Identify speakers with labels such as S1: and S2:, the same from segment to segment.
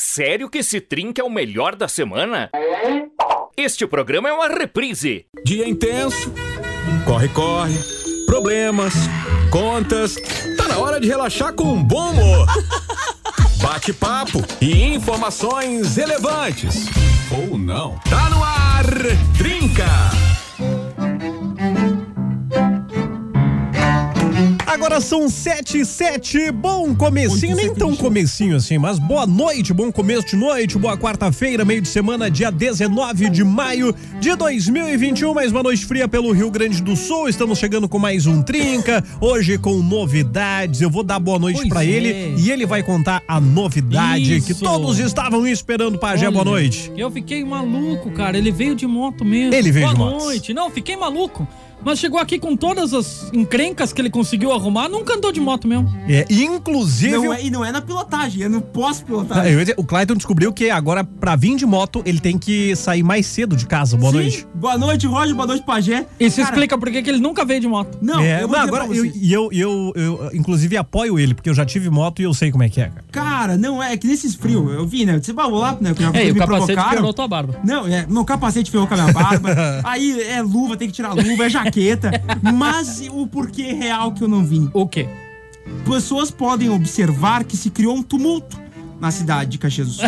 S1: Sério que esse trinca é o melhor da semana? Este programa é uma reprise.
S2: Dia intenso, corre, corre, problemas, contas. Tá na hora de relaxar com um bom humor. Bate-papo e informações relevantes. Ou não. Tá no ar, trinca.
S3: Agora são sete e sete, bom comecinho, nem tão comecinho assim, mas boa noite, bom começo de noite, boa quarta-feira, meio de semana, dia 19 de maio de 2021, mais uma noite fria pelo Rio Grande do Sul, estamos chegando com mais um Trinca, hoje com novidades, eu vou dar boa noite
S4: Pois
S3: pra
S4: é.
S3: ele e ele vai contar a novidade que
S4: Isso.
S3: todos estavam esperando, Pajé,
S4: Olha,
S3: boa noite.
S4: Eu fiquei maluco, cara. Ele veio de moto mesmo.
S3: Ele veio
S4: Boa
S3: de moto.
S4: noite. Não, fiquei maluco. Mas chegou aqui com todas as encrencas que ele conseguiu arrumar, nunca andou de moto mesmo.
S3: É, inclusive...
S5: Não é, e não é na pilotagem, é no
S3: Ah,
S5: pós-pilotagem.
S3: eu ia dizer, O Clayton descobriu que agora, pra vir de moto, ele tem que sair mais cedo de casa. Boa
S5: Sim.
S3: noite.
S5: Boa noite, Roger. Boa noite, Pajé.
S4: Isso
S5: Cara,
S4: explica por que que ele nunca veio de moto.
S5: Não,
S3: é,
S5: eu vou
S3: não,
S5: dizer
S3: agora
S5: pra
S3: eu,
S5: vocês.
S3: e eu, eu, eu, inclusive, apoio ele, porque eu já tive moto e eu sei como é que é, cara.
S5: Cara, não é, é que nesses frios, eu vi, né? Você vai lá, né? Que já
S4: É, e
S5: me
S4: o capacete
S5: provocaram.
S4: ferrou tua barba.
S5: Não, é, meu capacete ferrou com a minha barba. aí é luva, tem que tirar a luva, é jaqueta. Mas o porquê real que eu não vim?
S4: O quê?
S5: Pessoas podem observar que se criou um tumulto na cidade de Caxias do Sul.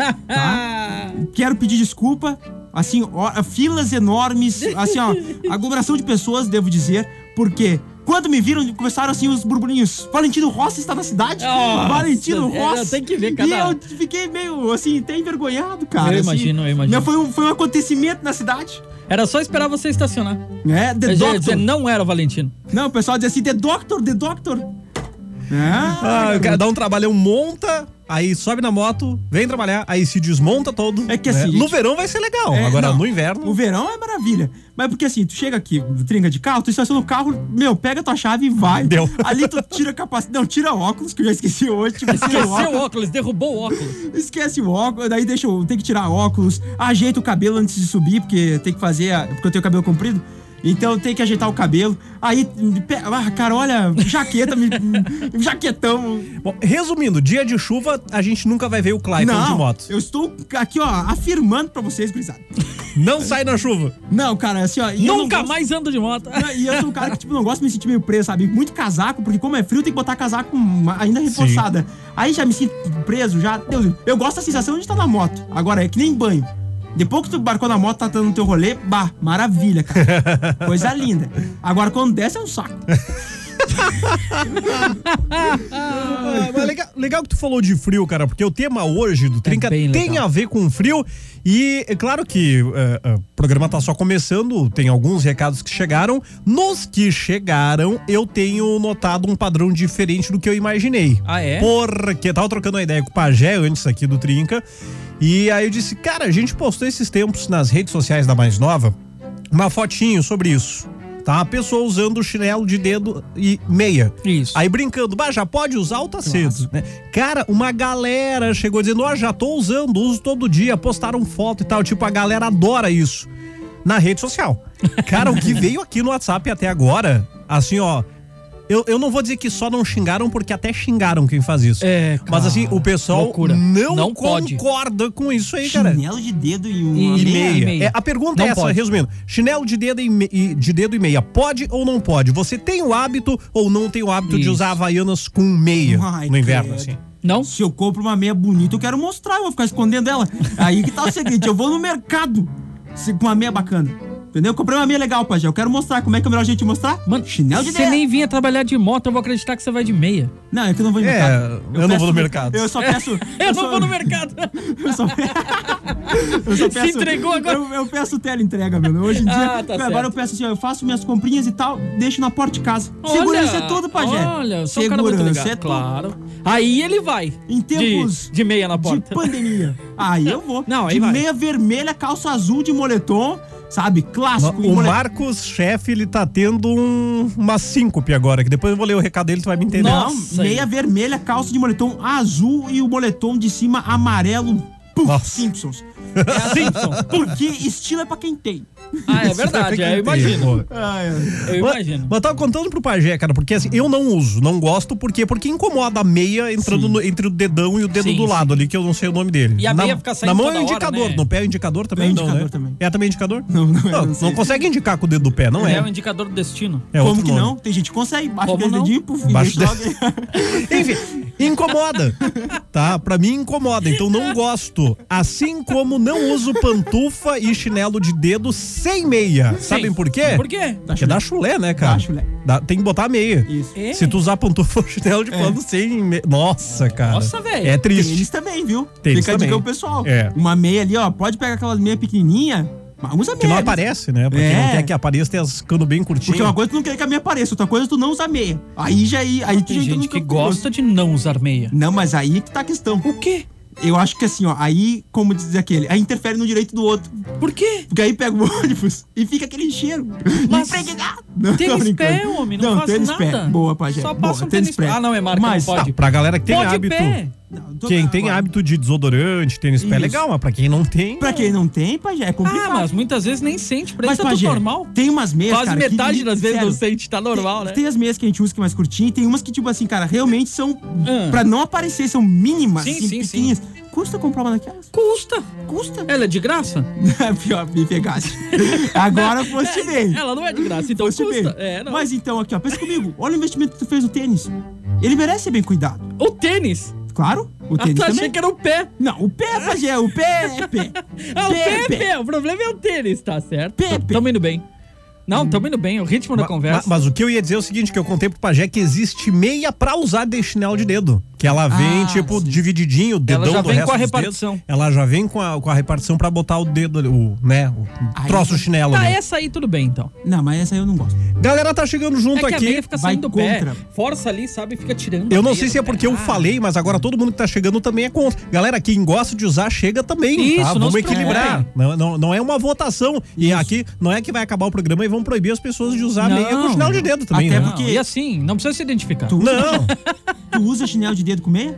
S4: Ah,
S5: Tá? Quero pedir desculpa. Assim, ó, filas enormes, assim, ó, aglomeração de pessoas, devo dizer, porque quando me viram, começaram assim os burburinhos. Valentino Rossi está na cidade?
S4: Nossa,
S5: Valentino
S4: é,
S5: Rossi!
S4: tem que ver cada-
S5: E eu fiquei meio, assim, até envergonhado, cara.
S4: Eu
S5: assim.
S4: imagino, eu imagino.
S5: Não, Foi um, foi um acontecimento na cidade.
S4: Era só esperar você estacionar.
S5: É, The
S4: Eu já ia
S5: Doctor.
S4: dizer, não era o Valentino.
S5: Não, o pessoal dizia assim, The Doctor, The Doctor. É.
S3: Ah, o cara dá um trabalhão, monta, aí sobe na moto, vem trabalhar, aí se desmonta todo. né?
S5: É que assim,
S3: No
S5: gente-
S3: verão vai ser legal,
S5: É,
S3: agora
S5: não.
S3: no
S5: O
S3: inverno.
S5: verão é maravilha. Mas porque assim, tu chega aqui, trinca de carro, tu estaciona o carro, meu, pega tua chave e vai.
S3: Deu.
S5: Ali tu tira capacete. Não, tira óculos, que eu já esqueci hoje. Tipo, esqueci o
S4: Esqueceu o
S5: óculos.
S4: óculos, derrubou o óculos.
S5: Esquece o óculos, daí deixa eu. Tem que tirar óculos. Ajeita o cabelo antes de subir, porque tem que fazer. a- porque eu tenho cabelo comprido. Então tem que ajeitar o cabelo. Aí, pe- ah, cara, olha, jaqueta, me, jaquetão.
S3: Bom, resumindo, dia de chuva, a gente nunca vai ver o Clayton de moto.
S5: eu estou aqui, ó, afirmando pra vocês, brisado.
S3: Não sai na chuva.
S5: Não, cara, assim, ó. e eu não
S4: nunca
S5: gosto-
S4: mais anda de moto.
S5: Não, E eu sou um cara que, tipo, não gosta de me sentir meio preso, sabe? Muito casaco, porque como é frio, tem que botar casaco ma- ainda reforçada. Aí já me sinto preso, já. Deus, eu gosto da sensação de estar na moto. Agora, é que nem banho. Depois que tu embarcou na moto, tá dando teu rolê, bah, maravilha, cara. Coisa linda. Agora, quando desce, é um saco.
S3: Ah, mas legal, legal que tu falou de frio, cara, porque o tema hoje do Trinca
S4: É bem
S3: tem
S4: legal.
S3: a ver com frio. E é claro que é, é, o programa tá só começando, tem alguns recados que chegaram. Nos que chegaram, eu tenho notado um padrão diferente do que eu imaginei.
S4: Ah, é?
S3: Porque tava trocando uma ideia com o Pajé antes aqui do Trinca. E aí eu disse, cara, a gente postou esses tempos nas redes sociais da Mais Nova uma fotinho sobre isso. Tá? A pessoa usando chinelo de dedo e meia.
S4: Isso.
S3: Aí brincando, bah, já pode usar ou tá cedo, né? Cara, uma galera chegou dizendo, ó, já tô usando, uso todo dia, postaram foto e tal. Tipo, a galera adora isso na rede social. Cara, o que veio aqui no WhatsApp até agora, assim, ó. Eu, eu não vou dizer que só não xingaram, porque até xingaram quem faz isso.
S4: É, cara,
S3: Mas assim, o pessoal
S4: loucura.
S3: não,
S4: Não pode.
S3: concorda com isso aí, cara.
S5: Chinelo de dedo e um.
S4: E-
S3: E
S4: meia,
S3: meia.
S4: e meia.
S3: É, a pergunta é
S4: Não
S3: essa,
S4: pode.
S3: resumindo. Chinelo de dedo, e me- e, de dedo e meia, pode ou não pode? Você tem o hábito ou não tem o hábito de
S4: Isso.
S3: usar Havaianas com meia
S5: Ai,
S3: no inverno,
S5: credo.
S3: assim?
S4: Não?
S5: Se eu compro uma meia bonita, eu quero mostrar, eu vou ficar escondendo ela. Aí que tá o seguinte, eu vou no mercado se- com uma meia bacana. Entendeu? Eu comprei uma meia legal, Pajé. Eu quero mostrar. Como é que é melhor a gente mostrar?
S4: Mano,
S5: chinelo de
S4: você
S5: dedo.
S4: nem vinha trabalhar de moto, eu vou acreditar que você vai de meia.
S5: Não, é que eu não vou no
S3: É,
S5: mercado.
S3: eu não
S5: peço-
S3: vou no mercado.
S5: Eu só peço.
S4: Eu, não
S5: só-
S4: vou no mercado.
S5: Eu só, eu só
S4: Se entregou agora.
S5: Eu, eu peço teleentrega, meu. Hoje em dia.
S4: Ah, tá
S5: agora
S4: certo.
S5: eu peço assim, ó, eu faço minhas comprinhas e tal, deixo na porta de casa.
S4: Olha,
S5: Segurança é tudo, Pajé.
S4: Olha, eu sou um cara
S5: Segurança
S4: muito ligado.
S5: é tudo.
S4: Claro. Aí ele vai.
S5: Em tempos
S4: de, de meia na
S5: de
S4: porta.
S5: pandemia. Aí eu vou.
S4: Não, aí
S5: de
S4: vai.
S5: meia vermelha, calça azul de moletom, sabe? Clássico.
S3: O
S5: moletom.
S3: Marcos, chefe, ele tá tendo um, uma síncope agora, que depois eu vou ler o recado dele, tu vai me entender.
S4: Nossa.
S5: Não, meia vermelha, calça de moletom azul e o moletom de cima amarelo. Puf,
S3: Nossa.
S5: Simpsons. É assim.
S4: Simpson.
S5: Porque estilo é pra quem tem.
S4: Ah, é verdade, é, eu imagino. Eu
S3: Mas,
S4: imagino.
S3: mas tava contando pro Pajé, cara, porque assim, eu não uso, não gosto, por quê? Porque incomoda a meia entrando no- entre o dedão e o dedo
S4: Sim,
S3: do lado ali, que eu não sei o nome dele.
S4: E a
S3: na,
S4: meia fica saindo
S3: Na mão
S4: toda
S3: é o
S4: hora,
S3: indicador,
S4: né?
S3: no pé é o indicador também,
S5: É
S3: não,
S5: indicador
S3: né?
S5: também.
S3: É também indicador?
S5: Não, não é,
S3: Não,
S5: não
S3: não
S5: sei.
S3: consegue indicar com o dedo do pé, não
S4: É um
S3: é.
S4: indicador do destino.
S3: É
S5: Como
S3: outro
S5: que
S3: nome.
S5: não? Tem gente que consegue. Baixa
S4: Como
S5: aquele
S4: não?
S5: dedinho, puf,
S3: Baixa
S5: deixa
S3: o
S5: logo.
S3: Enfim, incomoda. Tá? Pra mim incomoda, então não gosto. Assim como não uso pantufa e chinelo de dedo sem meia. Sabem por quê?
S4: Por quê?
S3: Porque dá chulé, né, cara?
S5: Dá chulé.
S3: Dá- tem que botar a meia.
S5: Isso.
S4: É.
S3: Se tu usar pantufa ou chinelo de pano sem. me- Nossa, cara.
S4: Nossa, velho.
S3: É triste.
S5: Tênis também, viu?
S3: Tênis
S5: Fica a dica
S3: também.
S5: ao pessoal.
S3: É.
S5: Uma meia ali, ó. Pode pegar aquelas meia pequenininha, mas usa meia.
S3: Que não
S5: né?
S3: aparece, né? Porque
S5: É.
S3: não quer que apareça, tem as cano bem curtinhas.
S4: é
S5: Porque uma coisa tu não quer que a meia apareça, outra coisa é tu não usa meia. Aí já aí, aí tu
S4: Tem
S5: já entra
S4: gente
S5: no
S4: que
S5: campo perigoso.
S4: gosta de não usar meia.
S5: Não, mas aí que tá a questão.
S4: O quê?
S5: Eu acho que assim, ó, aí, como diz aquele, aí interfere no direito do outro.
S4: Por quê?
S5: Porque aí pega o ônibus e fica aquele cheiro.
S4: Mas
S5: Impregnado. Não, tô
S4: Tênis
S5: brincando.
S4: pé, homem, não, faz
S5: tênis
S4: nada.
S5: Pé. Boa, Pajé.
S4: Só
S5: Boa,
S4: passa um tênis, pé. Ah, não, é marca,
S5: Mas-
S4: não
S3: Ah,
S4: pode.
S3: pra galera que tem
S4: pode
S3: hábito.
S4: pé.
S5: Não, tô-
S3: Quem tem
S5: agora,
S3: hábito de desodorante, tênis pé é
S5: Isso.
S3: legal, mas pra quem não tem.
S5: Pra quem não tem, Pajé, é
S4: Ah,
S5: complicado.
S4: mas muitas vezes nem sente. Pra isso tá tudo
S5: Pajé,
S4: normal.
S5: Tem umas meias,
S4: Quase
S5: cara, que-
S4: metade das vezes
S5: sério,
S4: não sente, tá normal,
S5: tem,
S4: né?
S5: Tem as meias que a gente usa que é mais curtinha e tem umas que, tipo assim, cara, realmente são.
S4: Ah.
S5: Pra não aparecer, são mínimas,
S4: Sim,
S5: assim,
S4: sim, sim.
S5: pequenininhas. Custa comprar uma daquelas?
S4: Custa.
S5: Custa.
S4: Ela é de graça?
S5: Pior, me pegasse. Agora foste bem.
S4: Ela não é de graça, então
S5: Foste bem.
S4: custa. É, não.
S5: Mas então, aqui, ó, pensa comigo. Olha o investimento que tu fez no tênis. Ele merece ser bem cuidado.
S4: O tênis.
S5: Claro, o
S4: Ah,
S5: tênis
S4: tu achei
S5: também.
S4: que era o pé.
S5: Não, o pé, Pajé, o pé é pé.
S4: Ah, o pé é
S5: Pepe.
S4: pé. O problema é o tênis, tá certo?
S5: Pepe.
S4: Tamo indo bem. Não, tamo indo bem. é O ritmo da
S3: Hum. Ma- ma-
S4: conversa.
S3: mas o que eu ia dizer é o seguinte: que eu contei pro Pajé que existe meia pra usar de chinelo de dedo. Que ela vem,
S4: Ah,
S3: tipo, divididinho, o dedão
S4: já
S3: do
S4: vem
S3: resto
S4: com a
S3: dos dedos.
S4: repartição.
S3: Ela já vem com a, com a repartição pra botar o dedo ali, o, né? O
S5: Aí-
S3: troço do chinelo.
S4: Tá,
S3: ali.
S4: essa aí tudo bem, então.
S5: Não, mas essa aí eu não gosto.
S3: Galera, tá chegando junto
S4: é que a
S3: aqui.
S4: meia fica
S5: vai
S4: saindo do pé.
S5: contra.
S4: Força ali, sabe? Fica tirando. a
S3: Eu não
S4: meia
S3: sei
S4: do
S3: se é
S4: pé.
S3: porque eu
S4: Ah.
S3: falei, mas agora todo mundo que tá chegando também é contra. Galera, quem gosta de usar, chega também,
S4: Isso,
S3: tá?
S4: não
S3: Vamos
S4: se
S3: equilibrar.
S4: preocupem.
S3: Não, não, não é uma votação. E aqui, não é que vai acabar o programa e vão proibir as pessoas de usar
S4: Não.
S3: meia com chinelo de dedo também,
S5: Até
S3: né?
S4: Não,
S5: porque-
S4: E assim, não precisa se identificar.
S5: Tu usa,
S3: Não,
S5: tu usa chinelo de dedo com meia?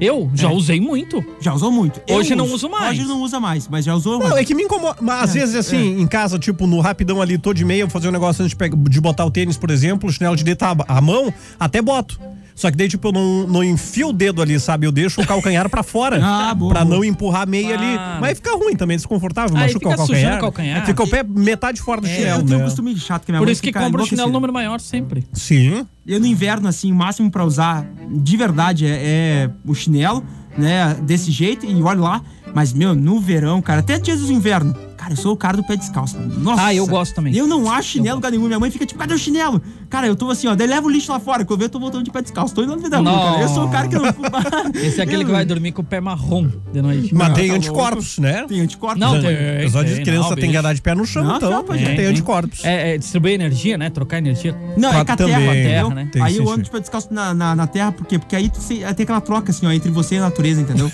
S4: Eu já
S3: É.
S4: usei muito.
S5: Já usou muito. Eu
S4: Hoje não uso mais.
S5: Hoje não usa mais, mas já usou.
S3: não,
S5: Rodrigo?
S3: é que me incomoda. Mas às vezes, assim, em casa, tipo, no rapidão ali, tô de meia, vou fazer um negócio antes de, pegar- de botar o tênis, por exemplo, o chinelo de dedo tá à mão, até boto. Só que daí, tipo, eu não, não enfio o dedo ali, sabe? Eu deixo o calcanhar pra
S4: é.
S3: fora.
S5: Ah, boa,
S3: pra
S5: boa.
S3: não empurrar a meia ali.
S4: Uhum. Claro.
S3: Mas fica ruim também, desconfortável.
S4: Aí
S3: machuca
S4: fica
S3: o
S4: sujando
S3: calcanhar.
S4: o calcanhar. É,
S3: Fica o pé metade fora do
S5: Eu
S3: chinelo,
S5: tenho um
S3: né?
S5: costume chato que minha
S4: Por
S5: mãe
S4: isso que
S5: fica
S4: compra o chinelo
S5: enlouquecida.
S4: número maior sempre.
S3: Sim.
S5: Eu no inverno, assim, o máximo pra usar de verdade é, é o chinelo, né? Desse jeito, e olha lá. Mas, meu, no verão, cara, até dias do inverno. Cara, eu sou o cara do pé descalço. Nossa.
S4: Ah, eu gosto também.
S5: Eu não acho chinelo, cara nenhum. Minha mãe fica tipo, cadê o chinelo? Cara, eu tô assim, ó, daí leva o lixo lá fora. Quando eu ver, eu tô voltando de pé descalço. Tô indo na vida da rua, cara. Eu sou o cara que não.
S4: Esse é aquele que vai dormir com o pé marrom de noite.
S3: Hum. Mas tem
S5: tá
S3: anticorpos, né?
S5: Tem anticorpos.
S4: Não,
S5: né?
S4: tem-
S3: O pessoal diz que
S4: tem,
S3: criança
S4: não,
S3: tem que
S4: bicho.
S3: andar de pé no chão,
S5: Não,
S3: então.
S5: não, pode,
S3: tem,
S4: tem.
S3: anticorpos.
S4: É, é distribuir energia, né? Trocar energia.
S5: Não, é
S3: Claro,
S5: com a terra,
S3: também.
S5: entendeu?
S4: Terra, né?
S3: Tem
S5: Aí
S3: que
S5: eu
S3: sentir.
S5: ando de pé descalço na, na, na terra, por quê? Porque aí tu se- tem aquela troca, assim, ó, entre você e a natureza, entendeu?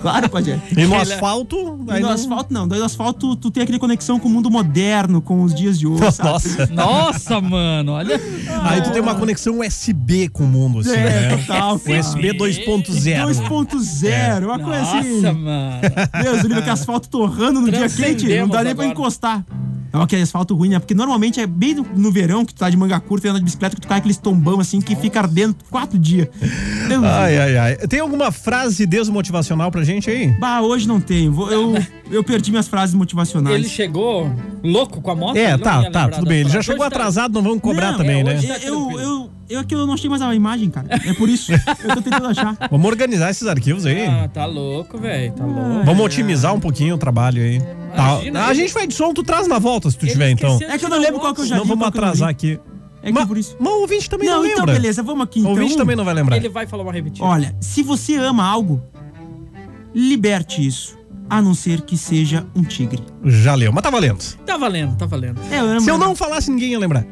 S5: claro, pode é.
S3: E no
S4: Ele-
S3: asfalto.
S5: E
S3: aí
S5: no
S3: não-
S5: asfalto, não. Daí no asfalto, tu tem aquela conexão com o mundo moderno, com os dias de hoje, sabe?
S3: Nossa.
S4: Nossa, mano, olha.
S3: Aí tu tem uma conexão USB com o mundo, assim,
S5: É,
S3: né?
S5: total. cara.
S3: USB 2.0.
S5: 2.0,
S3: Ah,
S5: uma coisa assim.
S4: Nossa, mano.
S5: Deus, livre que asfalto torrando no dia quente, não
S4: Transcendemos
S5: dá nem pra
S4: agora.
S5: encostar. É aquele asfalto ruim, né? Porque normalmente é bem no, no verão que tu tá de manga curta e anda de bicicleta que tu cai aqueles tombão assim que fica ardendo quatro dias. Deus,
S3: Ai, ai, ai. Tem alguma frase desmotivacional pra gente aí?
S5: Bah, hoje não tenho. Vou- eu, eu perdi minhas frases motivacionais.
S4: Ele chegou louco com a moto?
S3: É,
S4: ele não
S3: tá,
S4: ia
S3: tá,
S4: lembrar
S3: tudo bem.
S4: das
S3: Ele já
S4: palavras.
S3: chegou
S4: Hoje tá-
S3: atrasado, não vamos cobrar
S5: Não,
S3: também,
S4: é,
S3: né?
S4: hoje-
S5: Eu, eu, eu, eu é que eu não achei mais a imagem, cara. É por isso. eu tô tentando achar.
S3: Vamos organizar esses arquivos aí.
S4: Ah, tá louco, velho. Tá
S5: É.
S4: louco.
S3: Vamos otimizar um pouquinho o trabalho aí. Tá.
S4: Imagina,
S3: A
S4: ele-
S3: gente vai de som, tu traz na volta se tu
S4: Ele
S3: tiver, então.
S4: esqueceu
S5: É que eu não
S4: de
S5: lembro
S4: tirar
S5: qual que eu já
S3: Não
S5: vi,
S3: vamos
S5: qual que eu não
S3: atrasar aqui.
S5: É que
S3: Ma-
S5: por isso.
S3: Mas o ouvinte também não,
S5: Não,
S3: lembra.
S5: então beleza, vamos aqui
S3: O
S5: então.
S3: ouvinte também não vai lembrar.
S4: Ele vai falar uma repetida.
S5: Olha, se você ama algo, liberte isso. A não ser que seja um tigre.
S3: Já leu, mas tá valendo.
S4: Tá valendo, tá valendo.
S5: É, eu amo.
S3: Se eu não falasse, ninguém ia lembrar.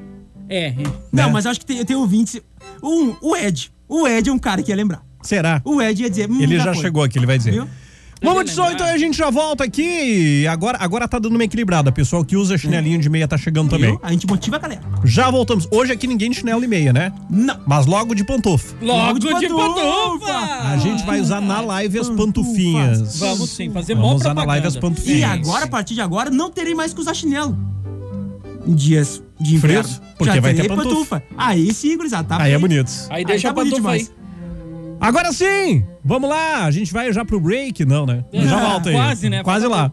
S4: É, é.
S5: Não,
S3: né?
S5: mas eu acho que tem, eu tenho ouvintes. Um, o Ed. O Ed é um cara que ia lembrar.
S3: Será?
S5: O Ed ia dizer. hum,
S3: Ele já
S5: foi.
S3: chegou aqui, ele vai dizer.
S5: Viu?
S3: Vamos de som, então a gente já volta aqui. Agora, agora tá dando uma equilibrada. Pessoal que usa chinelinho de meia tá chegando também.
S5: Viu? A gente motiva a galera.
S3: Já voltamos. Hoje aqui ninguém de chinelo e meia, né?
S5: Não.
S3: Mas logo de pantufa.
S4: Logo
S5: Logo de
S4: de
S5: pantufa.
S4: pantufa!
S3: A gente vai usar na live as pantufinhas.
S4: Vamos sim, fazer mó
S3: Vamos usar na
S4: propaganda.
S3: live as
S5: E
S3: pantufinhas.
S5: agora, a partir de agora, não terei mais que usar chinelo. Em dias de inverno.
S3: Frios? Porque
S5: Já
S3: vai ter
S5: terei
S3: pantufa.
S5: Aí sim, gurizada, tá
S3: Aí é
S5: feito.
S3: bonito.
S4: Aí deixa
S5: tá
S4: a
S5: bonito
S4: pantufa aí.
S5: demais.
S3: Agora sim! Vamos lá! A gente vai já pro break? Não, né?
S4: É,
S3: já volta aí.
S4: quase, né?
S3: Quase lá.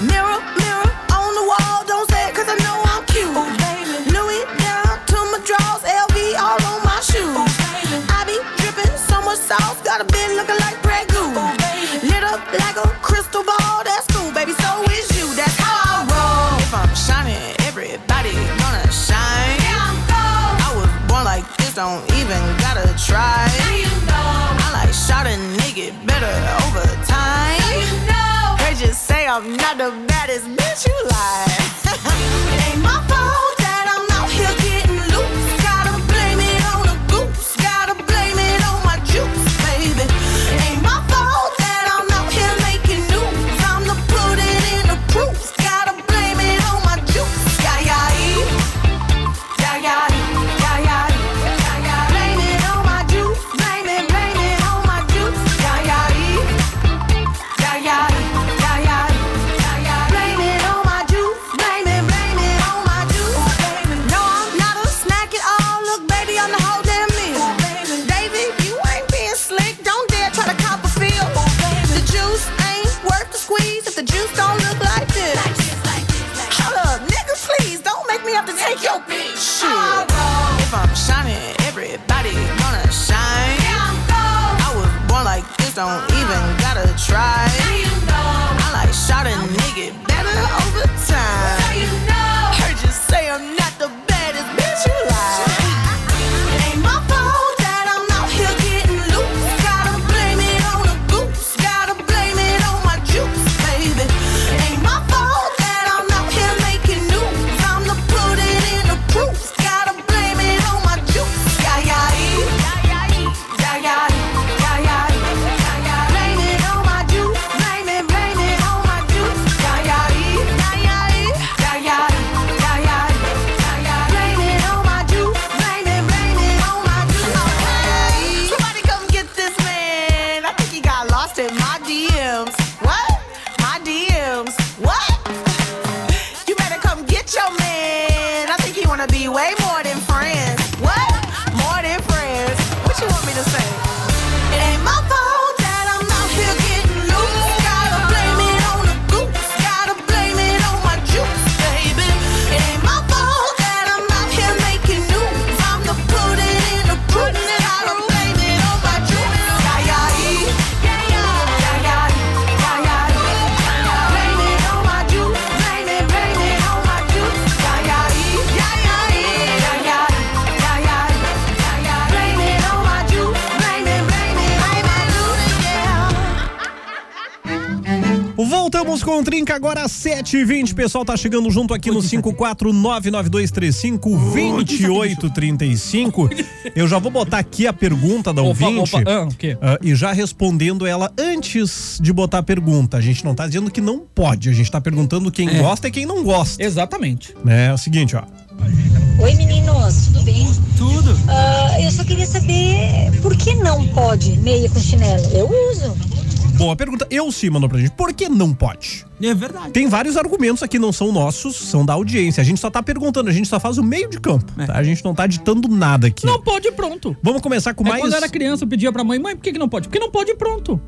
S6: Mirror, mirror on the wall, don't say it 'cause I know I'm cute. Ooh, baby. Louis down to my drawers, LV all on my shoes. Ooh, baby. I be dripping so much sauce, got a bed looking like Grey Goo. Ooh, baby. Lit up like a crystal ball, that's cool, baby. So is you, that's how I roll. If I'm shining, everybody gonna shine. Here I go. I was born like this, don't even gotta try. Now you know. I like shot a nigga better over time. Now you know. They just say I'm not the baddest bitch you like. it ain't my fault that I'm out here getting loose. Gotta blame it on the goose. Gotta blame it on my juice, baby. It ain't my fault that I'm out here making news. I'm the prudent in the proof. Gotta blame it on my juice. Yeah, yeah, yeah. Yeah, yeah, yeah, yeah, yeah, yeah. Blame it on my juice. Blame it, blame it on my juice. Yeah, yeah, yeah, yeah, yeah, yeah, yeah, yeah. Blame it on my juice. Blame it, blame it on my juice. No, I'm not a snack at all. Look, baby, I'm the whole damn meal. Baby, you ain't being slick. Don't dare try to cop a feel. The juice ain't worth the squeeze if the juice don't look like this. Hold up, nigga, please don't make me have to take your bitch. Shit. If I'm shining, everybody gonna shine. I was born like this, don't even gotta try. I like shot a nigga better over time. Heard you say I'm not the baddest bitch you like. It ain't my fault that I'm out here getting loose. Gotta blame it on the goose. Gotta blame it on my juice, baby. It ain't my fault that I'm out here making news. I'm the prudent in the proof. Gotta blame it on my juice. Yeah, yeah, yeah, yeah, yeah, yeah, yeah. Blame it on my juice. Blame it, blame it on my juice. Yeah, yeah, yeah, yeah, yeah, yeah, yeah, yeah. Blame it on my juice. Blame it, blame it on oh my juice. Okay. Somebody come get this man. I think he got lost in my DMs. What? My DMs. What? You better come get your man. I think you wanna be way more than friends. What? More than friends. What you want me to say? It ain't my fault that I'm out here getting loose. Gotta blame it on the goose. Gotta blame it on my juice, baby. It ain't my fault that I'm out here making news. I'm the prudent in the prudent. Gotta blame it on my juice. Yeah, yeah, yeah, yeah, yeah, yeah, yeah. Blame it on my juice. Blame it, blame it on my juice. Yeah, yeah, yeah, yeah, yeah, yeah, yeah, yeah, yeah. Blame it on my juice. Blame it, blame it, blame it, lose yeah.
S3: Voltamos com o Trinca agora às 7h20. Pessoal tá chegando junto aqui no 54992352835. Eu já vou botar aqui a pergunta da
S4: Opa,
S3: ouvinte.
S4: opa, ah, o quê?
S3: ah, e já respondendo ela antes de botar a pergunta. A gente não tá dizendo que não pode, a gente tá perguntando quem
S4: É.
S3: gosta e quem não gosta.
S4: Exatamente.
S3: né? É o seguinte, ó.
S7: Oi meninos, tudo bem?
S5: Tudo.
S7: Ah, eu só queria saber por que não pode meia com chinelo? Eu uso.
S3: Boa pergunta. Eu sim mandou pra gente. Por que não pode?
S5: É verdade.
S3: Tem vários argumentos aqui, não são nossos, são da audiência. A gente só tá perguntando, a gente só faz o meio de campo.
S5: É.
S3: tá? A gente não tá ditando nada aqui.
S4: Não pode pronto.
S3: Vamos começar com
S4: Mas...
S3: mais.
S4: quando eu era criança, eu pedia pra mãe, mãe, por que, que não pode? Porque não pode pronto.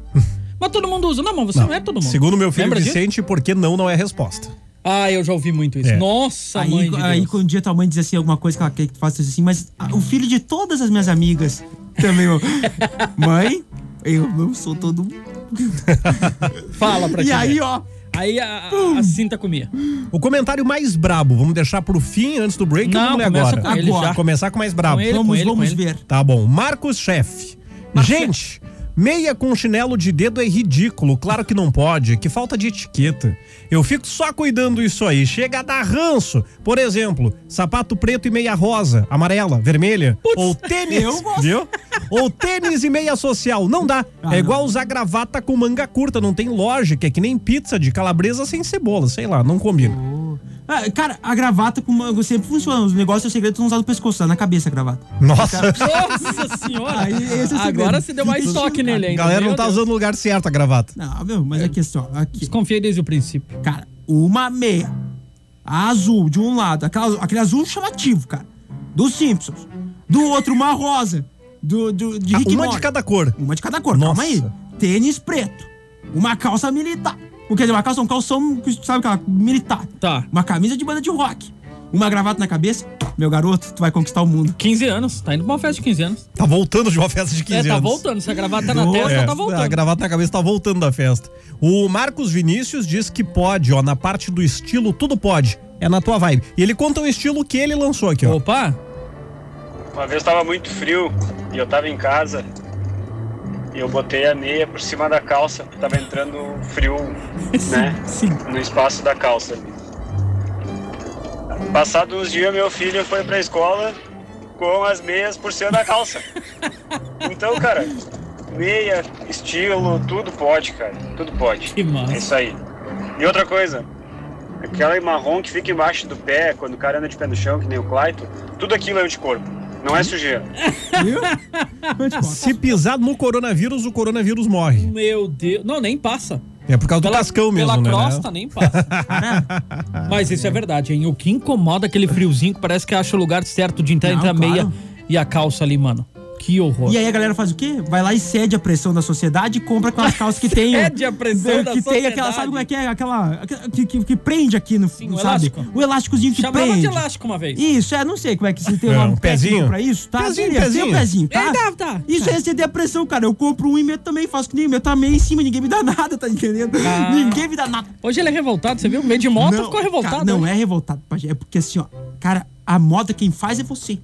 S4: mas todo mundo usa. Não, mas você não, é todo mundo.
S3: Segundo meu filho
S4: Lembra disso?
S3: Vicente, por que não não é a resposta?
S4: Ah, eu já ouvi muito isso.
S3: É.
S4: Nossa,
S5: Aí,
S4: mãe de
S5: aí
S4: Deus.
S5: quando um dia tua mãe diz assim alguma coisa que ela quer que tu faça assim, mas ah, o filho de todas as minhas amigas também. ó. mãe, eu não sou todo mundo.
S4: Fala pra ti.
S5: E aí,
S4: velho.
S5: ó.
S4: Aí a, a- a cinta comia.
S3: O comentário mais brabo, vamos deixar pro fim antes do break
S4: Não,
S3: ou vamos ler
S4: começa
S3: agora?
S4: com ele
S3: Agora.
S4: já.
S3: Começar com o mais brabo.
S4: Com ele,
S5: Vamos,
S4: com ele,
S5: vamos
S4: com ele.
S5: ver.
S3: Tá bom. Marcos Chefe. Gente, Meia com chinelo de dedo é ridículo, claro que não pode, que falta de etiqueta. Eu fico só cuidando isso aí, chega a dar ranço. Por exemplo, sapato preto e meia rosa, amarela, vermelha. ou tênis,
S5: eu gosto.
S3: viu? Ou tênis e meia social, não dá.
S5: Ah,
S3: é igual usar gravata com manga curta, não tem lógica, é que nem pizza de calabresa sem cebola, sei lá, não combina.
S5: Ah, cara, a gravata com manga sempre funciona. Os negócios, o segredo, são usados no pescoço, tá na cabeça a gravata.
S3: Nossa,
S4: Nossa senhora!
S5: Aí, esse é o segredo.
S4: Agora você deu mais
S5: Fica
S4: toque
S5: assim,
S4: nele
S5: cara.
S3: a
S4: ainda.
S3: galera não
S4: Meu
S3: tá
S4: Deus.
S3: usando no lugar certo a gravata.
S5: Não, meu, mas aqui é só. Aqui.
S4: Desconfiei desde o princípio.
S5: Cara, uma meia. Azul, de um lado. aquela- aquele azul chamativo, cara. Dos Simpsons. Do outro, uma rosa. Do, do, de
S3: Ah,
S5: Rick e
S3: uma
S5: Morty.
S3: de cada cor.
S5: Uma de cada cor, calma
S3: Nossa.
S5: aí. Tênis preto. Uma calça militar. O que é uma calça? Um calção, sabe aquela? Militar.
S4: Tá.
S5: Uma camisa de banda de rock. Uma gravata na cabeça. Meu garoto, tu vai conquistar o mundo.
S4: 15 anos, tá indo pra uma festa de 15 anos.
S3: Tá voltando de uma festa de 15
S4: é,
S3: anos.
S4: tá voltando. Se a gravata na testa,
S3: É,
S4: tá
S3: A
S4: voltando.
S3: gravata na cabeça tá voltando da festa. O Marcos Vinícius diz que pode, ó, na parte do estilo, tudo pode. É na tua vibe. E ele conta um estilo que ele lançou aqui, ó.
S4: Opa!
S8: Uma vez estava muito frio e eu estava em casa e eu botei a meia por cima da calça, porque estava entrando frio né,
S4: Sim.
S8: no espaço da calça. Passado uns dias, meu filho foi para a escola com as meias por cima da calça. Então, cara, meia, estilo, tudo pode, cara. Tudo pode.
S4: Que massa.
S8: É isso aí. E outra coisa, aquela marrom que fica embaixo do pé, quando o cara anda de pé no chão, que nem o Claito, tudo aquilo é anticorpo. Não é sujeira.
S5: Viu?
S3: Se pisar no coronavírus, o coronavírus morre.
S4: Meu Deus. Não, nem passa.
S3: É por causa do cascão mesmo,
S4: pela
S3: né?
S4: crosta, nem passa. Mas isso é verdade, hein? O que incomoda aquele friozinho que parece que acha o lugar certo de entrar
S5: Não,
S4: entre a
S5: claro.
S4: meia e a calça ali, mano. Que horror.
S5: E aí a galera faz o quê? Vai lá e cede a pressão da sociedade e compra aquelas calças que tem.
S4: Cede a pressão
S5: que
S4: É da
S5: tem
S4: sociedade.
S5: aquela, sabe como é que é? Aquela. aquela- que, que, que prende aqui no.
S4: o
S5: sabe?
S4: elástico.
S5: O elásticozinho que
S4: Chamava
S5: prende.
S4: de elástico uma vez.
S5: Isso, é, não sei como é que se tem
S3: É,
S5: um
S3: um
S5: nome
S3: pezinho.
S5: técnico pra isso, tá?
S3: Pezinho,
S5: Beleza, Tem um
S3: pezinho.
S5: pezinho, tá?
S4: É, tá, tá.
S5: Isso é essa depressão, cara. Eu compro um e meto também, faço que nem meto a meia em cima, ninguém me dá nada, tá entendendo?
S4: Ah.
S5: Ninguém me dá nada.
S4: Hoje ele é revoltado, você viu? Meio de moto ficou revoltado. né?
S5: Cara, não
S4: hoje.
S5: é revoltado, Pajé. É porque assim, ó, cara, a moda quem faz é você.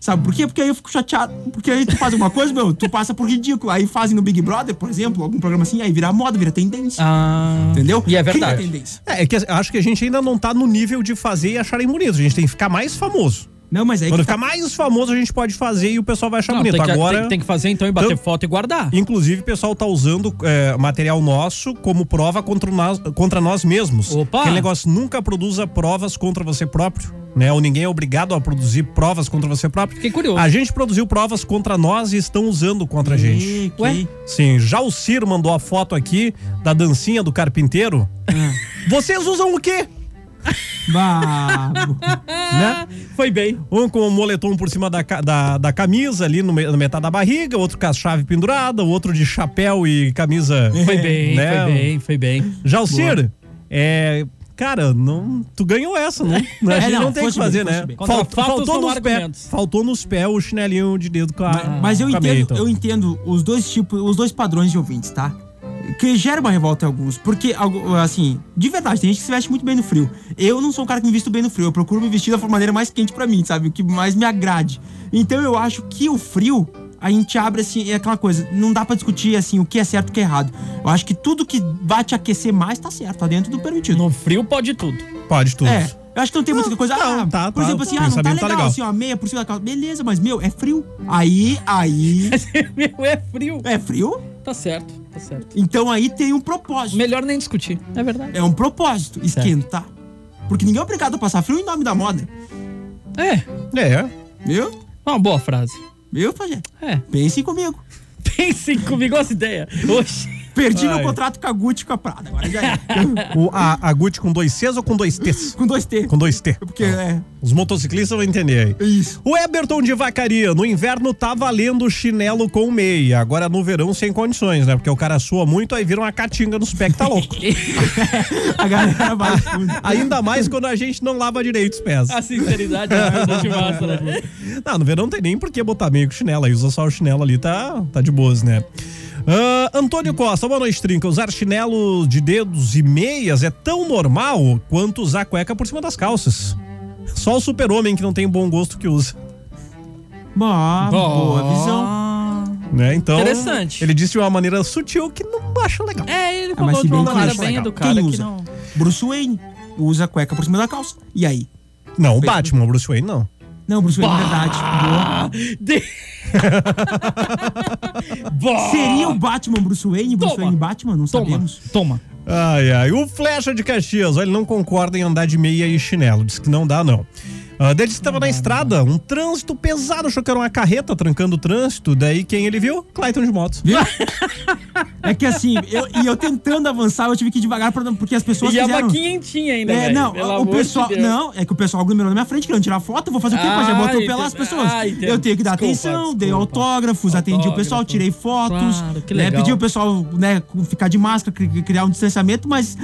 S5: Sabe por quê? Porque aí eu fico chateado. Porque aí tu faz alguma coisa, meu, tu passa por ridículo. Aí fazem no Big Brother, por exemplo, algum programa assim, aí vira moda, vira tendência.
S4: Ah.
S5: Entendeu?
S4: E é
S5: Cria
S4: verdade.
S5: tendência.
S3: É, é que eu acho que a gente ainda não tá no nível de fazer e acharem bonito. A gente tem que ficar mais famoso.
S5: Não, mas aí.
S3: Quando
S5: que tá-
S3: ficar mais famoso, a gente pode fazer e o pessoal vai achar
S4: Não,
S3: bonito.
S4: tem, que,
S3: Agora.
S4: tem, tem que fazer então e bater
S3: Então-
S4: foto e guardar.
S3: Inclusive, o pessoal tá usando é, material nosso como prova contra nós, contra nós mesmos.
S4: Opa!
S3: Aquele negócio nunca produza provas contra você próprio, né? Ou ninguém é obrigado a produzir provas contra você próprio.
S4: Fiquei curioso.
S3: A gente produziu provas contra nós e estão usando contra a gente.
S5: Ih, que-
S4: Ué?
S3: Sim, já o Ciro mandou a foto aqui da dancinha do carpinteiro. Vocês usam o quê?
S5: Bah,
S4: Ah, Foi bem.
S3: Um com o moletom por cima da, ca- da, da camisa, ali no me- na metade da barriga, outro com a chave pendurada, outro de chapéu e camisa.
S4: Foi bem,
S3: né?
S4: foi bem, foi bem.
S3: Jalcir, é. Cara, não, tu ganhou essa, não? né? A gente
S5: É, não,
S3: não, tem o que
S5: fosse
S3: fazer,
S5: bem, fosse
S3: né?
S5: bem.
S3: Fal-
S4: Contra fatos,
S3: faltou,
S4: não
S3: nos
S4: há
S3: pés,
S4: argumentos.
S3: faltou nos pés o chinelinho de dedo com a.
S5: um Mas eu
S3: com a
S5: entendo,
S3: meia, então.
S5: eu entendo os dois tipos, os dois padrões de ouvintes, tá? Que gera uma revolta em alguns, porque, algu- assim, de verdade, tem gente que se veste muito bem no frio. Eu não sou um cara que me visto bem no frio, eu procuro me vestir da maneira mais quente pra mim, sabe? O que mais me agrade. Então eu acho que o frio, a gente abre, assim, é aquela coisa, não dá pra discutir, assim, o que é certo e o que é errado. Eu acho que tudo que vai te aquecer mais tá certo, tá dentro do permitido.
S4: No frio pode tudo.
S3: Pode tudo.
S5: É, eu acho que não tem muita
S3: Não,
S5: coisa.
S3: não,
S5: ah,
S3: tá,
S5: por
S3: tá,
S5: exemplo,
S3: o
S5: assim, ah, não tá
S3: pensamento tá
S5: legal,
S3: legal.
S5: assim, ó, meia por cima da calça. Beleza, mas, meu, é frio. Aí, aí.
S4: Meu, é frio.
S5: É frio?
S4: Tá certo, tá certo.
S5: Então aí tem um propósito.
S4: Melhor nem discutir. É verdade.
S5: É um propósito, esquentar. Porque ninguém é obrigado a passar frio em nome da moda.
S4: É,
S3: É.
S5: Viu?
S4: uma boa frase.
S5: Viu, Fajé?
S4: É.
S5: Pensem comigo.
S4: Pensem comigo essa ideia. Oxi.
S5: Perdi
S3: Ai.
S5: meu contrato com a Gucci e com a Prada. Agora já é.
S3: O, a, a Gucci com dois Cs ou com dois Ts?
S5: com dois T.
S3: Com dois T.
S5: Porque é.
S3: Os motociclistas vão entender aí.
S5: Isso.
S3: O Eberton de Vacaria, no inverno tá valendo chinelo com meia. Agora no verão sem condições, né? Porque o cara sua muito, aí vira uma catinga nos pés que tá louco.
S5: A galera vai fundo.
S3: Ainda mais quando a gente não lava direito os pés.
S4: A sinceridade é uma coisa de massa, né?
S3: Não, no verão não tem nem por que botar meio que chinelo. Aí usa só o chinelo ali, tá, tá de boas, né? Ah, Antônio Costa, boa noite, Trinca. Usar chinelo de dedos e meias é tão normal quanto usar cueca por cima das calças. Só o super-homem que não tem bom gosto que usa.
S4: Ah.
S5: Bah, boa visão.
S3: Né? Então,
S4: Interessante.
S3: Ele disse de uma maneira sutil que não achou legal.
S4: É, ele
S5: mas
S4: falou
S5: se
S4: de uma
S5: bem que
S4: maneira
S5: não é
S4: bem
S5: legal.
S4: educada
S5: Quem
S4: que
S5: usa?
S4: não.
S5: Bruce Wayne usa cueca por cima da calça. E aí?
S3: Não, o Batman, o Bruce Wayne, não.
S5: Não, Bruce Wayne, é verdade. Boa.
S4: De... Bah!
S5: Seria o Batman Bruce Wayne? Bruce
S4: Toma.
S5: Wayne Batman? Não
S4: Toma,
S5: sabemos.
S4: toma.
S3: Ai, ai. O Flecha de Caxias, ó, ele não concorda em andar de meia e chinelo. Diz que não dá, não. Ah, daí ele estava na estrada, um trânsito pesado, achou que era uma carreta trancando o trânsito. Daí quem ele viu? Clayton de moto.
S5: É que assim, eu- e eu tentando avançar, eu tive que ir devagar pra, não- porque as pessoas
S4: E a
S5: fizeram...
S4: maquinhentinha ainda,
S5: É,
S4: velho.
S5: não,
S4: pelo
S5: o
S4: amor de
S5: pessoal.
S4: Deus.
S5: não, é que o pessoal aglomerou na minha frente, querendo tirar foto, eu vou fazer o quê? Pá? Já
S4: Ah,
S5: vou atropelar
S4: entendo.
S5: as pessoas.
S4: Ah, entendo.
S5: eu tenho que dar
S4: Desculpa,
S5: atenção, dei
S4: desculpa.
S5: autógrafos, atendi o pessoal,
S4: Autógrafo.
S5: tirei fotos.
S4: Claro, que
S5: né,
S4: legal.
S5: pedi o pessoal, né, ficar de máscara, cri- criar um distanciamento, mas,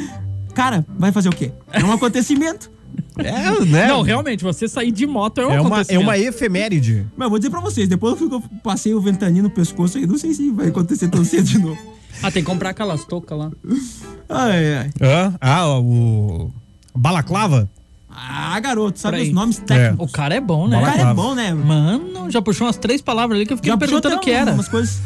S5: cara, vai fazer o quê? É um acontecimento.
S3: É, né?
S4: Não, realmente, você sair de moto é um
S3: é, uma, é
S4: acontecimento.
S3: uma efeméride.
S5: Mas eu vou dizer pra vocês, depois que eu passei o ventaninho no pescoço aí, não sei se vai acontecer tão cedo de novo.
S4: Ah, tem que comprar aquelas toucas lá.
S5: Tá Ai, ai.
S3: Hã? Ah, o. Balaclava?
S5: Ah, garoto, sabe
S4: Peraí.
S5: os nomes técnicos.
S4: O cara é bom, né?
S5: O cara é
S3: Balaclava.
S5: bom, né?
S4: Mano, já puxou umas três palavras ali que eu fiquei
S5: puxou
S4: perguntando o
S5: até
S4: que era.
S5: Umas coisas.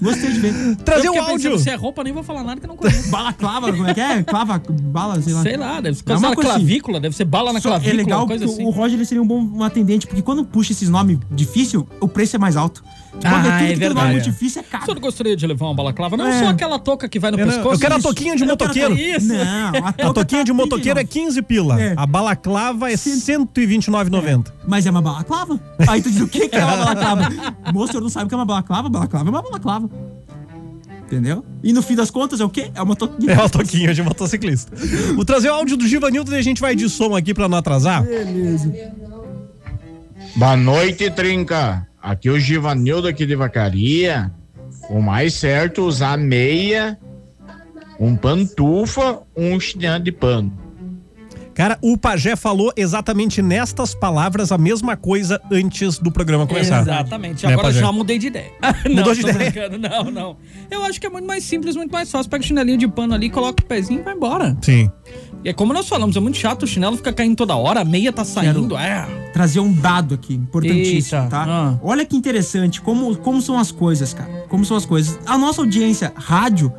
S5: Gostei de ver.
S3: Trazer
S4: eu
S3: o
S4: fiquei
S3: áudio.
S4: pensando, Se é roupa, nem vou falar nada que eu não conheço.
S5: Bala clava, como é que é? Clava, bala, sei lá.
S4: Sei lá, deve ser
S5: É uma
S4: na
S5: coisa assim.
S4: clavícula, deve ser bala na
S5: Só
S4: clavícula,
S5: é legal
S4: uma
S5: porque
S4: coisa assim.
S5: o Roger ele seria um bom um atendente, porque quando puxa esses nomes difíceis, o preço é mais alto. Quando
S4: Ah,
S5: tudo
S4: é
S5: que tem
S4: verdade.
S5: nome muito difícil é
S4: O
S5: caro.
S4: senhor gostaria de levar uma balaclava? Não
S5: É.
S4: só aquela touca que vai no
S3: Eu não-
S4: pescoço.
S3: eu quero a
S4: Isso.
S3: toquinha de motoqueiro.
S4: Isso. um
S5: Não, a
S3: A toquinha de motoqueiro é
S5: é.
S3: 15 pila.
S5: É.
S3: A balaclava é 129,90.
S5: Mas é uma balaclava? Aí tu diz o que, que é uma balaclava? Moço, o senhor não sabe o que é uma balaclava? Balaclava é uma balaclava. Entendeu? E no fim das contas é o quê? É uma toquinha.
S3: É uma toquinha de motociclista. Vou trazer o áudio do Givanildo e a gente vai de som aqui pra não atrasar.
S9: Boa noite, Trinca. Aqui é o Givanildo aqui de Vacaria. O mais certo é usar meia, um pantufa, um chinelo de pano.
S3: Cara, o Pajé falou exatamente nestas palavras a mesma coisa antes do programa começar.
S4: Exatamente.
S3: Né,
S4: Agora eu
S3: Pajé?
S4: já mudei de ideia. Ah, não,
S3: Mudou de
S4: tô
S3: ideia?
S4: brincando, Não, não. Eu acho que é muito mais simples, muito mais fácil. Pega o chinelinho de pano ali, coloca o pezinho e vai embora.
S3: Sim.
S4: E é como nós falamos, é muito chato, o chinelo fica caindo toda hora, a meia tá saindo. É.
S5: trazer um dado aqui, importantíssimo,
S4: Eita,
S5: tá?
S4: ah.
S5: Olha que interessante como, como são as coisas, cara. Como são as coisas. A nossa audiência, rádio,